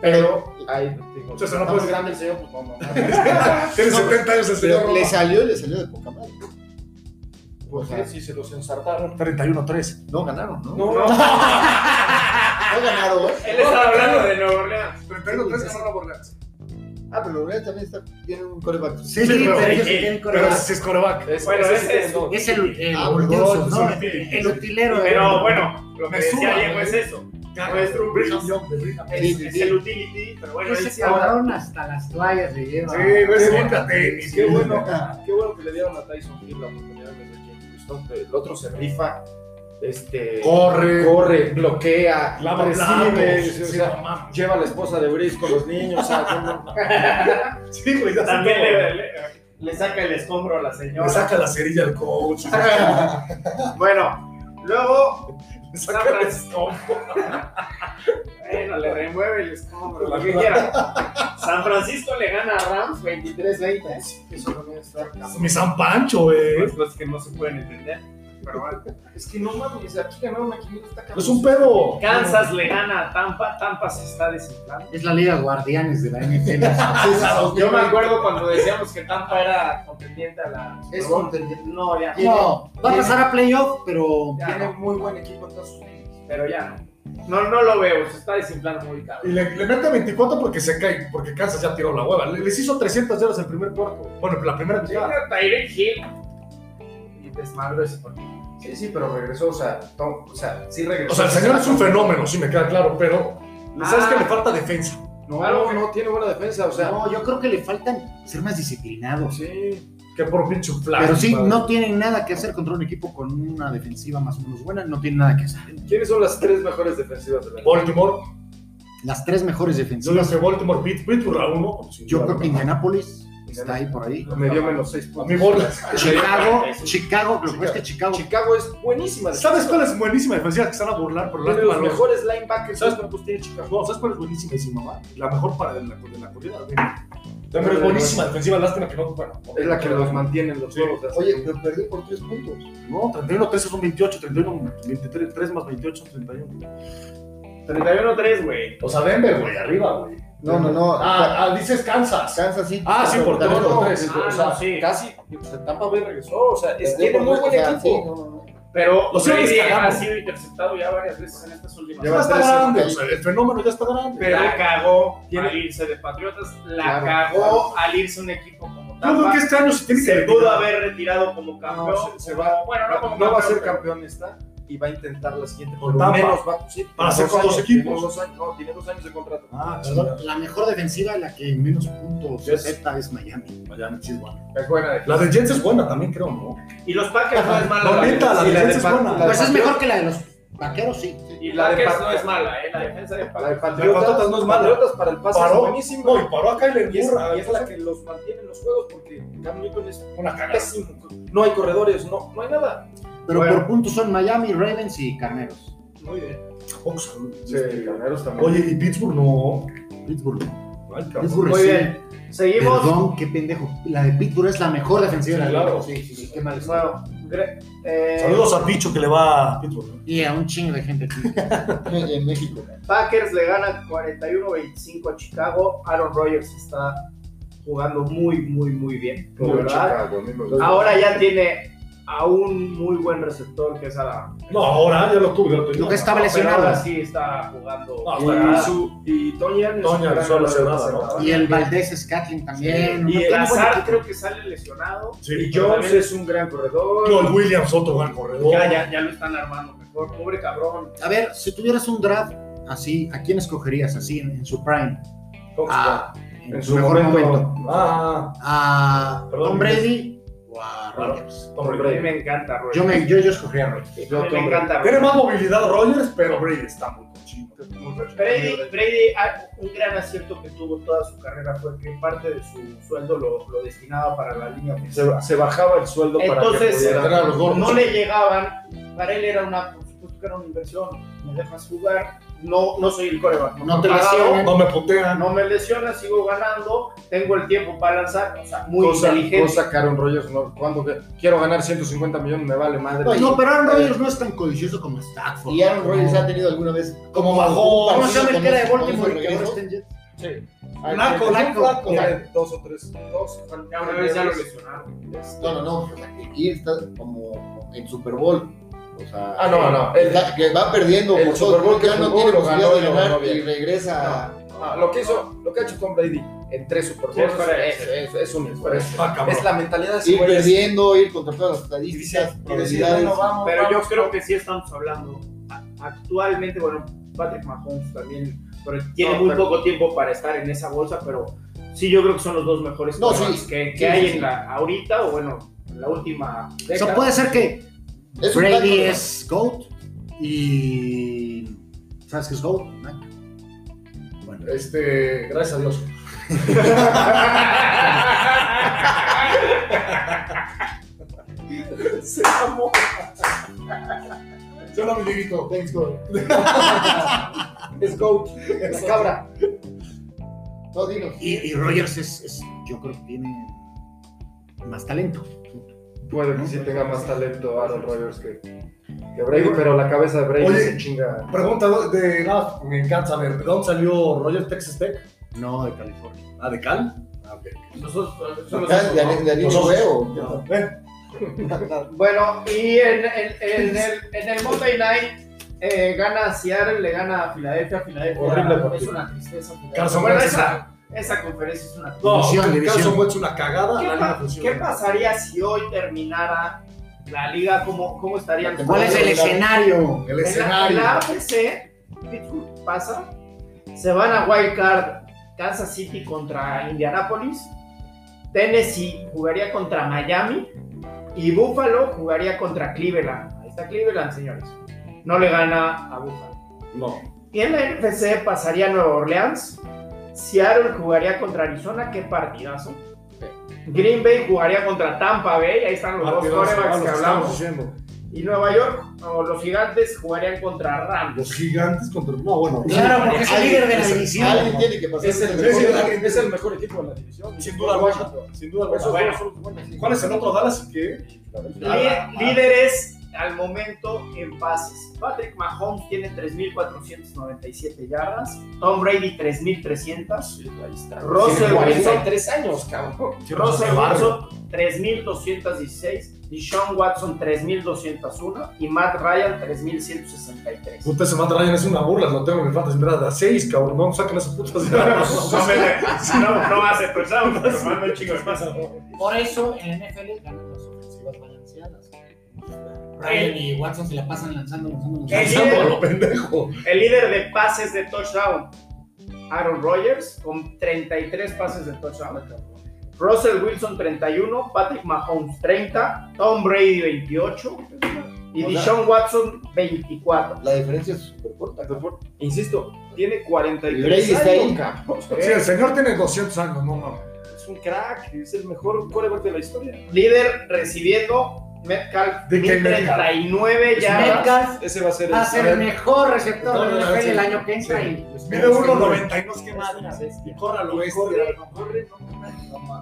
Pero
Ahí, digo,
O sea,
está
no
más
puedes-
grande el señor, pues no, no, no.
Tiene 70 años el señor
pero le
Roma.
salió y le salió de poca madre.
Pues sí, sí, se los ensartaron.
31-3.
No ganaron, ¿no?
No,
No ganaron.
Él estaba hablando de Nueva Orleans.
31-3 ganó la Borleans.
Ah, pero Lorea también está, tiene un coreback.
Sí,
pero-
pero ellos tienen
Pero
coreback.
si es coreback.
es-
Bueno,
ese sí
ese
tiene
es-
dos.
Es el, el
Ah,
orgulloso,
Dios,
¿no?
es el-
El utilero.
Pero
eh.
bueno, lo que
Me
decía
suma,
Diego
¿eh?
es eso. Nuestro
Brigham
Brigham
Young de Brigham.
Sí,
Es,
sí,
es
sí.
el utility, pero bueno, él
Ese
sí ahora.
cabrón hasta las toallas le lleva.
Sí, güey, se
bueno.
monta tenis.
Qué bueno, qué bueno que le dieron a Tyson Hill la oportunidad desde James Winston. El otro se rifa, este,
Corre.
corre, bloquea,
Lava
recibe,
platos.
o
Sí,
sea,
no mames.
lleva a la esposa de Brice con los niños. o sea, no, no.
Sí, güey, ya se
También
acabó.
le, le- le saca el escombro a la señora.
Le saca la cerilla al coach.
Bueno, luego
Le saca el estómago.
Bueno, le remueve el escombro, lo que quiera. San Francisco le gana a Rams ¿eh? 23-20.
Eso también está cabrón.
Mi San Pancho, eh. güey.
Las cosas que no se pueden entender. Pero bueno.
Es que no mames, aquí ganaron una quiniela está cabrón.
Es un pedo.
Kansas le gana a Tampa. Tampa se está desinflando.
Es la liga guardianes de la NFL.
Yo me acuerdo cuando decíamos que Tampa era contendiente a la. Super
Es
Bowl.
contendiente.
No, ya.
No, va a pasar a playoff, pero
Ya
Tiene
no,
muy buen equipo en todas sus ligas.
pero ya no. No, no lo veo, se está desinflando muy
Y
cabrón.
le, le mete 24 porque se cae, porque Kansas ya tiró la hueva. Le- les hizo 300 yardas el primer cuarto. Bueno, la primera mitad.
Llega Tyreek Hill y desmadre ese partido.
Sí, sí, pero regresó, o sea, Tom- o sea, sí regresó.
O sea, el señor es un fenómeno, sí me queda claro, pero sabes
Ah.
que le falta defensa.
No, no, no, tiene buena defensa, o sea.
no, yo creo que le faltan ser más disciplinados.
Sí,
Que por pinche flaco.
Pero sí,
padre.
no tienen nada que hacer contra un equipo con una defensiva más o menos buena, no tienen nada que hacer.
¿quiénes son las tres mejores defensivas de la liga?
Baltimore,
Las tres mejores
yo digo
defensivas,
que Baltimore beat, Pittsburgh a uno. sin
yo
duda
creo que
alguna.
Indianapolis está ahí por ahí.
Me dio menos seis puntos.
A mi bola. Ah,
Chicago, Chicago, lo que pasa es que Chicago.
Chicago es buenísima.
¿Sabes
defensa.
cuál es buenísima defensiva que se van a burlar? Pero
Tiene
lástima
los
los-
mejores linebackers.
¿Sabes? pues,
¿Sabes cuántos tiene Chicago?
No, ¿sabes cuál es buenísima de mamá? La mejor para de la, de la corrida. güey. Denver es buenísima defensiva, lástima que no. Bueno,
Es la que los mantiene en los
Sí.
juegos. así.
Oye, pero perdió por tres puntos.
No, 31, 3 son 28, 31, 23, 3 más 28, 31.
31-3, güey.
O sea, Denver, güey, arriba, güey.
No, no, no.
Ah, ah, dices Kansas.
Kansas City.
Ah, sí, por
También
tres, por
no.
tres.
Ah,
o sea,
no, sí.
casi. O sea, Tampa Bay regresó. O sea, es-
Perdió
tiene
por
muy
tres,
buen
o sea, sí,
equipo.
no, no, no.
Pero
Lo siguen
Brady ha
cagando.
sido interceptado ya varias veces en estas últimas.
Ya
Lleva
está
tres
grande. O
semanas.
sea, el fenómeno ya está grande.
Pero la cagó
Tiene-
al irse de Patriotas, la
Claro,
cagó al irse un equipo como
Yo creo
Tampa.
que este año se tiene que
se pudo haber retirado como campeón.
se- se
como-
va-
bueno, no como
No va a ser
pero-
campeón esta y va a intentar la siguiente.
Con
pero
Tampa.
menos va- sí,
Para hacer
dos
con dos
años,
equipos.
tiene dos años- no, tiene dos años de contrato.
Ah,
Perdón, la mejor defensiva, la que menos puntos
Yes.
acepta es Miami.
Miami, sí es buena.
Es buena defensa.
La de Jets es buena también, creo, ¿no?
Y los Packers no es mala.
No,
la
neta,
defensa.
la
Sí, la
defensa
de
es
Pat-
buena.
la de
Pues es
Patriotas-
mejor que la de los vaqueros, sí.
Y
la
la
de
Packers no
Patriotas.
es mala, ¿eh? La defensa de
La de
Packers.
Patriotas,
Patriotas no es mala.
Patriotas para el pase es
Paró.
buenísimo.
No, y paró a Kyler
Y es,
Murray.
y es la que los mantiene en los juegos porque Cam Newton es
Una cagada.
pésimo. No hay corredores, no, no hay nada.
Pero
Bueno.
por puntos son Miami, Ravens y Carneros.
Muy bien.
Ox. Este,
Carneros
Oye, y Pittsburgh no.
Pittsburgh.
Ay, cabrón.
Pittsburgh
Muy
sí.
bien. Seguimos.
Perdón, qué pendejo. La de Pittsburgh es la mejor defensiva de la
claro.
liga. Sí, sí, sí, qué mal.
Bueno, Gre- eh,
Saludos a Bicho que le va a Pittsburgh.
Y a un chingo de gente aquí.
En México.
Packers le gana 41-25 a Chicago. Aaron Rodgers está jugando muy, muy, muy bien. la verdad. Ahora ya tiene a un muy buen receptor que es Adam.
No, ahora ya lo tuve. ya lo tuve.
Lo que estaba
Pero ahora
lesionado.
sí está jugando.
No,
Y, su, y Toña.
Toña, solo se nada, ¿no?
Y el Valdés Scatlin también.
Y
No
el
tengo
azar
equipo.
creo que sale lesionado.
Sí.
Y
Pero
Jones
también-
es un gran corredor.
No, el Williams otro buen corredor.
Ya, ya, ya lo están armando mejor. Pobre cabrón.
A ver, si tuvieras un draft así, ¿a quién escogerías así en, en su prime?
Cox,
A, en,
en
su mejor momento.
Ah,
A
Perdón,
Tom
mi-
Brady o a Rodgers.
Tom
A mí
Brady.
me encanta, Roy.
Yo, me, yo, yo escogería a Rodgers.
A mí me encanta. Roy.
Tiene más movilidad Rogers, pero Brady está muy cochino.
Brady, Brady, ah, un gran acierto que tuvo toda su carrera fue que parte de su sueldo lo, lo destinaba para la línea ofensiva.
Se, se bajaba el sueldo para que
Entonces,
pudiera-
Era los gordos.
no le llegaban, para él era una, por supuesto que era una inversión, me dejas jugar, no, no soy el coreback,
No te
pagado,
lesiones.
No me putean.
no me lesiona, sigo ganando, tengo el tiempo para lanzar, o sea, muy
cosa,
inteligente.
cosa Aaron Rodgers, no, cuando quiero ganar 150 millones, me vale madre.
No, pero Aaron Rodgers no es tan codicioso como Stafford.
Y Aaron Rodgers ha tenido alguna vez.
Como bajó.
¿Cómo se llama el que era de
Con
Baltimore
esos
que ahora
regresos.
está en Jets?
Sí.
Blanco, blanco, blanco.
Tiene dos o tres, dos.
Ya una vez ya lo lesionaron.
No, no, no. o sea, que Aquí está como en Super Bowl. O sea,
Ah, no, no. el-
está- que va perdiendo
el
por
Super Bowl que
ya no
jugó,
tiene
lo
posibilidad
ganó
de
y lo ganó
ganar y
bien.
regresa.
ah, lo que hizo, lo que ha hecho Tom Brady en tres Super
Sí, es
Bowls
para
es,
ese.
es- es un impresionante.
Ah, cabrón.
Es la mentalidad de ese
ir
pues.
güey, es-
perdiendo, ir contra todas las
y dice-
estadísticas,
y decir, bueno,
probabilidades.
vamos,
Pero yo
vamos,
creo que sí estamos hablando a- actualmente, bueno, Patrick Mahomes también, pero tiene
No,
muy
pero-
poco tiempo para estar en esa bolsa, pero sí yo creo que son los dos mejores
No,
quarterbacks
sí,
que, que
sí,
hay
sí, sí.
en la ahorita o bueno, en la última
O sea,
década.
puede ser que
Es un plan,
Brady
¿no?
es GOAT y. ¿Sabes qué es GOAT? Mac? Bueno,
Este, gracias a Dios.
Se amó.
Yo no me digo.
Thanks, God.
Es GOAT. Es cabra.
No, dinos.
y, y Rodgers es, es- Yo creo que tiene más talento.
Puede que sí tenga más talento Aaron Rodgers que, que Brady, pero la cabeza de Brady
Oye.
se chinga.
Pregunta ¿dó- de. nada, me encanta saber. ¿De dónde salió Roger Texas Tech?
No, de California.
¿Ah, de Cal? Ah, ok.
Nosotros-
Acá, de Ale- de Alín
Nosotros-
Veo.
No. Eh,
Bueno, y en, en- en el, en el Monday Night eh, gana Seattle, le gana a Filadelfia. Filadelfia
Horrible
es
partido.
una tristeza. Filadelfia.
Carson
bueno,
Wentz es
esa, esa conferencia es una.
No,
División,
Carson
división.
Wentz una cagada.
¿Qué,
la
pa-
liga funciona.
qué pasaría si hoy terminara la liga? ¿Cómo, cómo estarían?
¿Cuál es el
En la-
escenario?
El
En
escenario.
la AFC, Pittsburgh pasa, se van a Wild Card, Kansas City contra Indianapolis, Tennessee jugaría contra Miami y Buffalo jugaría contra Cleveland. Ahí está Cleveland, señores. No le gana a Buffalo.
No.
Y en la NFC pasaría a Nueva Orleans. Seattle jugaría contra Arizona, qué partidazo. Green Bay jugaría contra Tampa Bay, ahí están los
Partidazo,
dos
ah,
corebacks
lo
que
que
hablamos.
estábamos diciendo.
Y Nueva York, o los gigantes jugarían contra Rams.
Los gigantes contra. No, bueno.
Claro, porque es el
Alguien-
líder de la
es-
división.
Alguien tiene que pasar.
Es el,
por
es,
la-
el, es el mejor equipo de la división.
Sin duda alguna. Sin duda alguna.
Esos
Bueno,
dos son buenos.
¿Cuál es el otro Dallas? ¿Qué?
Ah,
Ah,
Lí- Líderes al momento en pases. Patrick Mahomes tiene 3.497 yardas. Tom Brady 3.300.
Ahí está.
Russell
Tiene
Wilson
43 años, cabrón.
Russell
Barrio.
Wilson 3216, Deshaun Watson 3201 y Matt Ryan 3163.
Puta, ese Matt Ryan es una burla, lo tengo en mi fantasy, mira, de a 6, cabrón, no sacan esas putas yardas.
no, no hace pesado, pero mando chicos más.
Por eso en la NFL ganan las ofensivas balanceadas. Ryan y Watson se la pasan lanzando, lanzando,
El
lanzando.
Lanzando a lo
líder,
pendejo.
el líder de pases de touchdown, Aaron Rodgers, con 33 pases de touchdown. Russell Wilson 31, Patrick Mahomes 30, Tom Brady 28 y
O sea-
Deshaun Watson 24.
La diferencia es súper corta.
Insisto, tiene 43
Pues
Brady
años,
está ahí.
cabrón.
Sí, el señor tiene 200 años, no mames.
Es un crack, es el mejor coreback de la historia.
Líder recibiendo Metcalf
¿De qué Metcalf?
1039 yardas.
Metcalf
Ese va a ser
Ah,
va a ser el
ver,
mejor receptor de la NFL el año que entra
Sí.
y
Mide 1.92, qué
es una
más.
bestia.
Corre a lo bestia.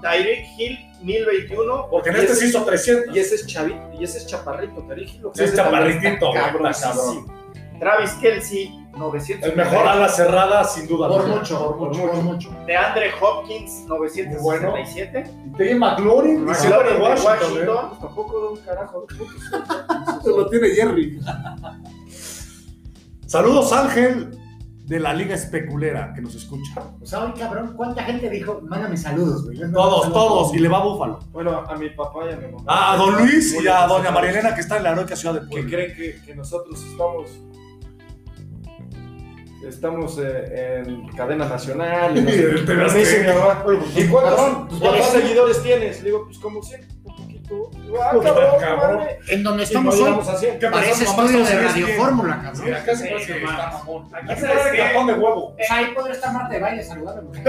Tyreek Hill 1021.
Porque en este se hizo 300.
Y ese es chavito, y ese es chaparrito, te dije. Lo
Sí, es
hace también
chaparritito,
está
güey, está
cabroncísimo.
Travis Kelsey 900.
El mejor ala cerrada, sin duda.
Por
alguna.
mucho, por mucho, por mucho.
De Andre Hopkins 967.
Y T.J. McLaurin, y siempre
de
en Washington. ¿eh?
Pues tampoco da un carajo.
Se lo tiene Jerry. Saludos, Ángel, de la Liga Especulera, que nos escucha.
O sea, hoy, cabrón, ¿cuánta gente dijo, mándame saludos, güey? Yo no
Todos,
mando saludos.
todos, y le va a Búfalo.
Bueno, a mi papá y a mi mamá.
A don Luis y
Muy
a
bien,
doña
nosotros,
María Elena, que está en la heroica ciudad de
Que
Puebla.
creen que, que nosotros estamos. Estamos eh, en cadena nacional. Y no sé.
Te
Me
vas
dice mi
que-
mamá, ¿y
cabrón,
cuántos,
pues,
cuántos
cabrón.
seguidores tienes? Le digo, pues como 100, un poquito. Digo, ah,
Puta,
cabrón,
Pues, cabrón.
mames.
En donde
Y no
estamos hoy,
llegamos a 100.
¿Qué
parece
pasó? Nomás
estudio de
somos
Radio
10.
Fórmula, cabrón.
Sí, acá se
Sí,
parece que
nomás.
está mamón.
Aquí
Aquí se
sabes
parece
qué.
cartón de huevo.
O sea, Eh, ahí podría estar Marta de baile saludándome.
Les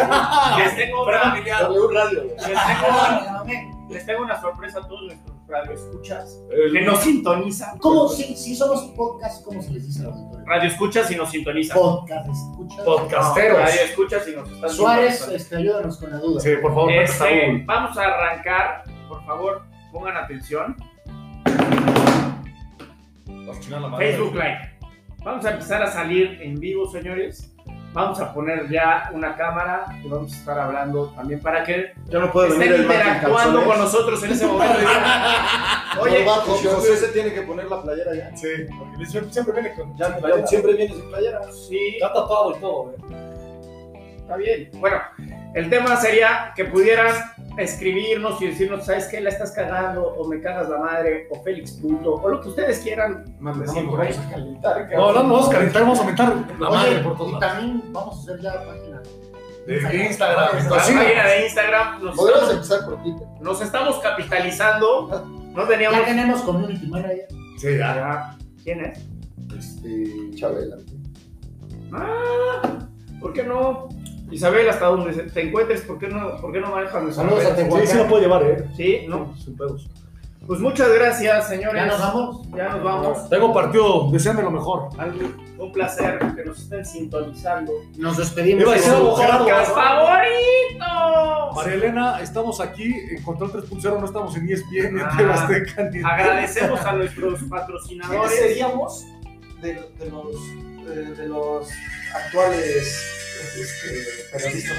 tengo, una,
W Radio.
les tengo una- les tengo una sorpresa a todos nuestros
radio escuchas,
El-
que nos sintonizan.
¿Cómo? Si, si somos podcast, ¿cómo se les dice a los auditores?
Radio escuchas y nos sintonizan.
Podcast, escucha.
podcasteros.
Radio escuchas y nos están
Suárez,
sintonizando.
este, ayúdanos con la duda.
Sí, por favor,
Este,
métete a Google.
vamos a arrancar, por favor, pongan atención.
Vas a chingar la madre.
Facebook Live. Vamos a empezar a salir en vivo, señores. Vamos a poner ya una cámara que vamos a estar hablando también para que
Yo no puedo venir
estén
el Mac en
interactuando
calzones.
con nosotros en ese momento.
Oye,
Oye,
Jo-
pues,
José se tiene que poner la playera ya.
Sí, porque él siempre- siempre viene con. ¿eh?
Ya, ya siempre viene sin playera.
sí,
Está tapado y todo, ¿eh?
está bien. Bueno, el tema sería que pudieran escribirnos y decirnos, ¿sabes qué? La estás cagando, o me cagas la madre, o Félix puto, o lo que ustedes quieran.
Mames,
Vamos
siempre.
por ahí.
No, no, no, Oscar, ahorita vamos a aumentar la madre
Oye,
por todos
y
lados.
también vamos a hacer ya página.
De Instagram,
La
Instagram.
página de Instagram nos
Podríamos
estamos,
empezar por Twitter.
nos estamos capitalizando. No teníamos.
Ya tenemos community manager.
Sí, ya.
Ah, ¿Quién es?
Este, Chabela.
Ah, ¿Por qué no? Isabel, hasta donde se- te encuentres, ¿por qué no, por qué no manejas nuestra
Saludos a
red?
Tehuacán.
Sí, sí lo puede llevar, ¿eh?
Sí, no.
Sin pedos.
Pues muchas gracias, señores.
Ya nos vamos.
Ya nos vamos.
Tengo partido, deséame lo mejor.
Algo- Un placer que nos estén sintonizando.
Nos despedimos.
Iba a decir algo, Gerardo.
¡Podcast favorito!
María Elena, estamos aquí en Control 3.0, no estamos en E ESPN, ni en
Ah.
TV Azteca, ni en-
Agradecemos a nuestros
¿Quiénes
patrocinadores.
seríamos de, de los, eh, de los actuales este, periodistas?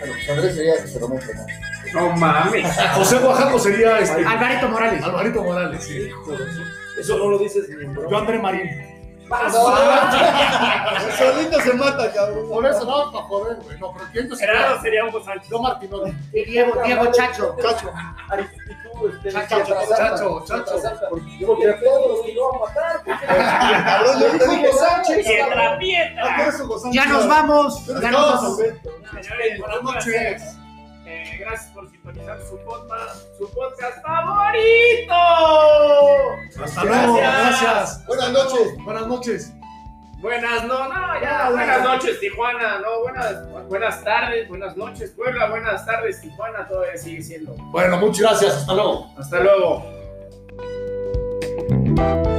Bueno, pues Andrés sería José Ramón Fernández.
No mames.
José Guajardo sería este.
Alvarito Morales.
Alvarito Morales, sí.
Eso no lo dices ni en
Yo
broma.
André Marín.
Solito se mata, cabrón.
Por eso, no, para joder, güey. No, pero ¿quién te
Gerardo sería Hugo Sánchez.
Yo, Martino.
Y Diego, Diego Chacho.
Cacho.
Ari, y tú, este,
Chacho,
Pietra
Chacho,
Santa,
Chacho,
Pietra
Chacho.
Santa, porque Yo creo que todos los que iban a matar.
Cabrón, yo te dije Sánchez.
Pietra,
Ah,
Pietra.
por eso, González.
Ya nos vamos. Ya nos vamos.
Señores, buenas noches. Eh, gracias por sintonizar su podcast, su podcast favorito.
Hasta luego,
Gracias.
gracias.
Buenas noches.
Buenas noches.
Buenas, no, no, ya, buenas noches Tijuana, no, buenas, buenas tardes, buenas noches Puebla, buenas tardes Tijuana, todavía sigue siendo.
Bueno, muchas gracias. Hasta luego.
Hasta luego.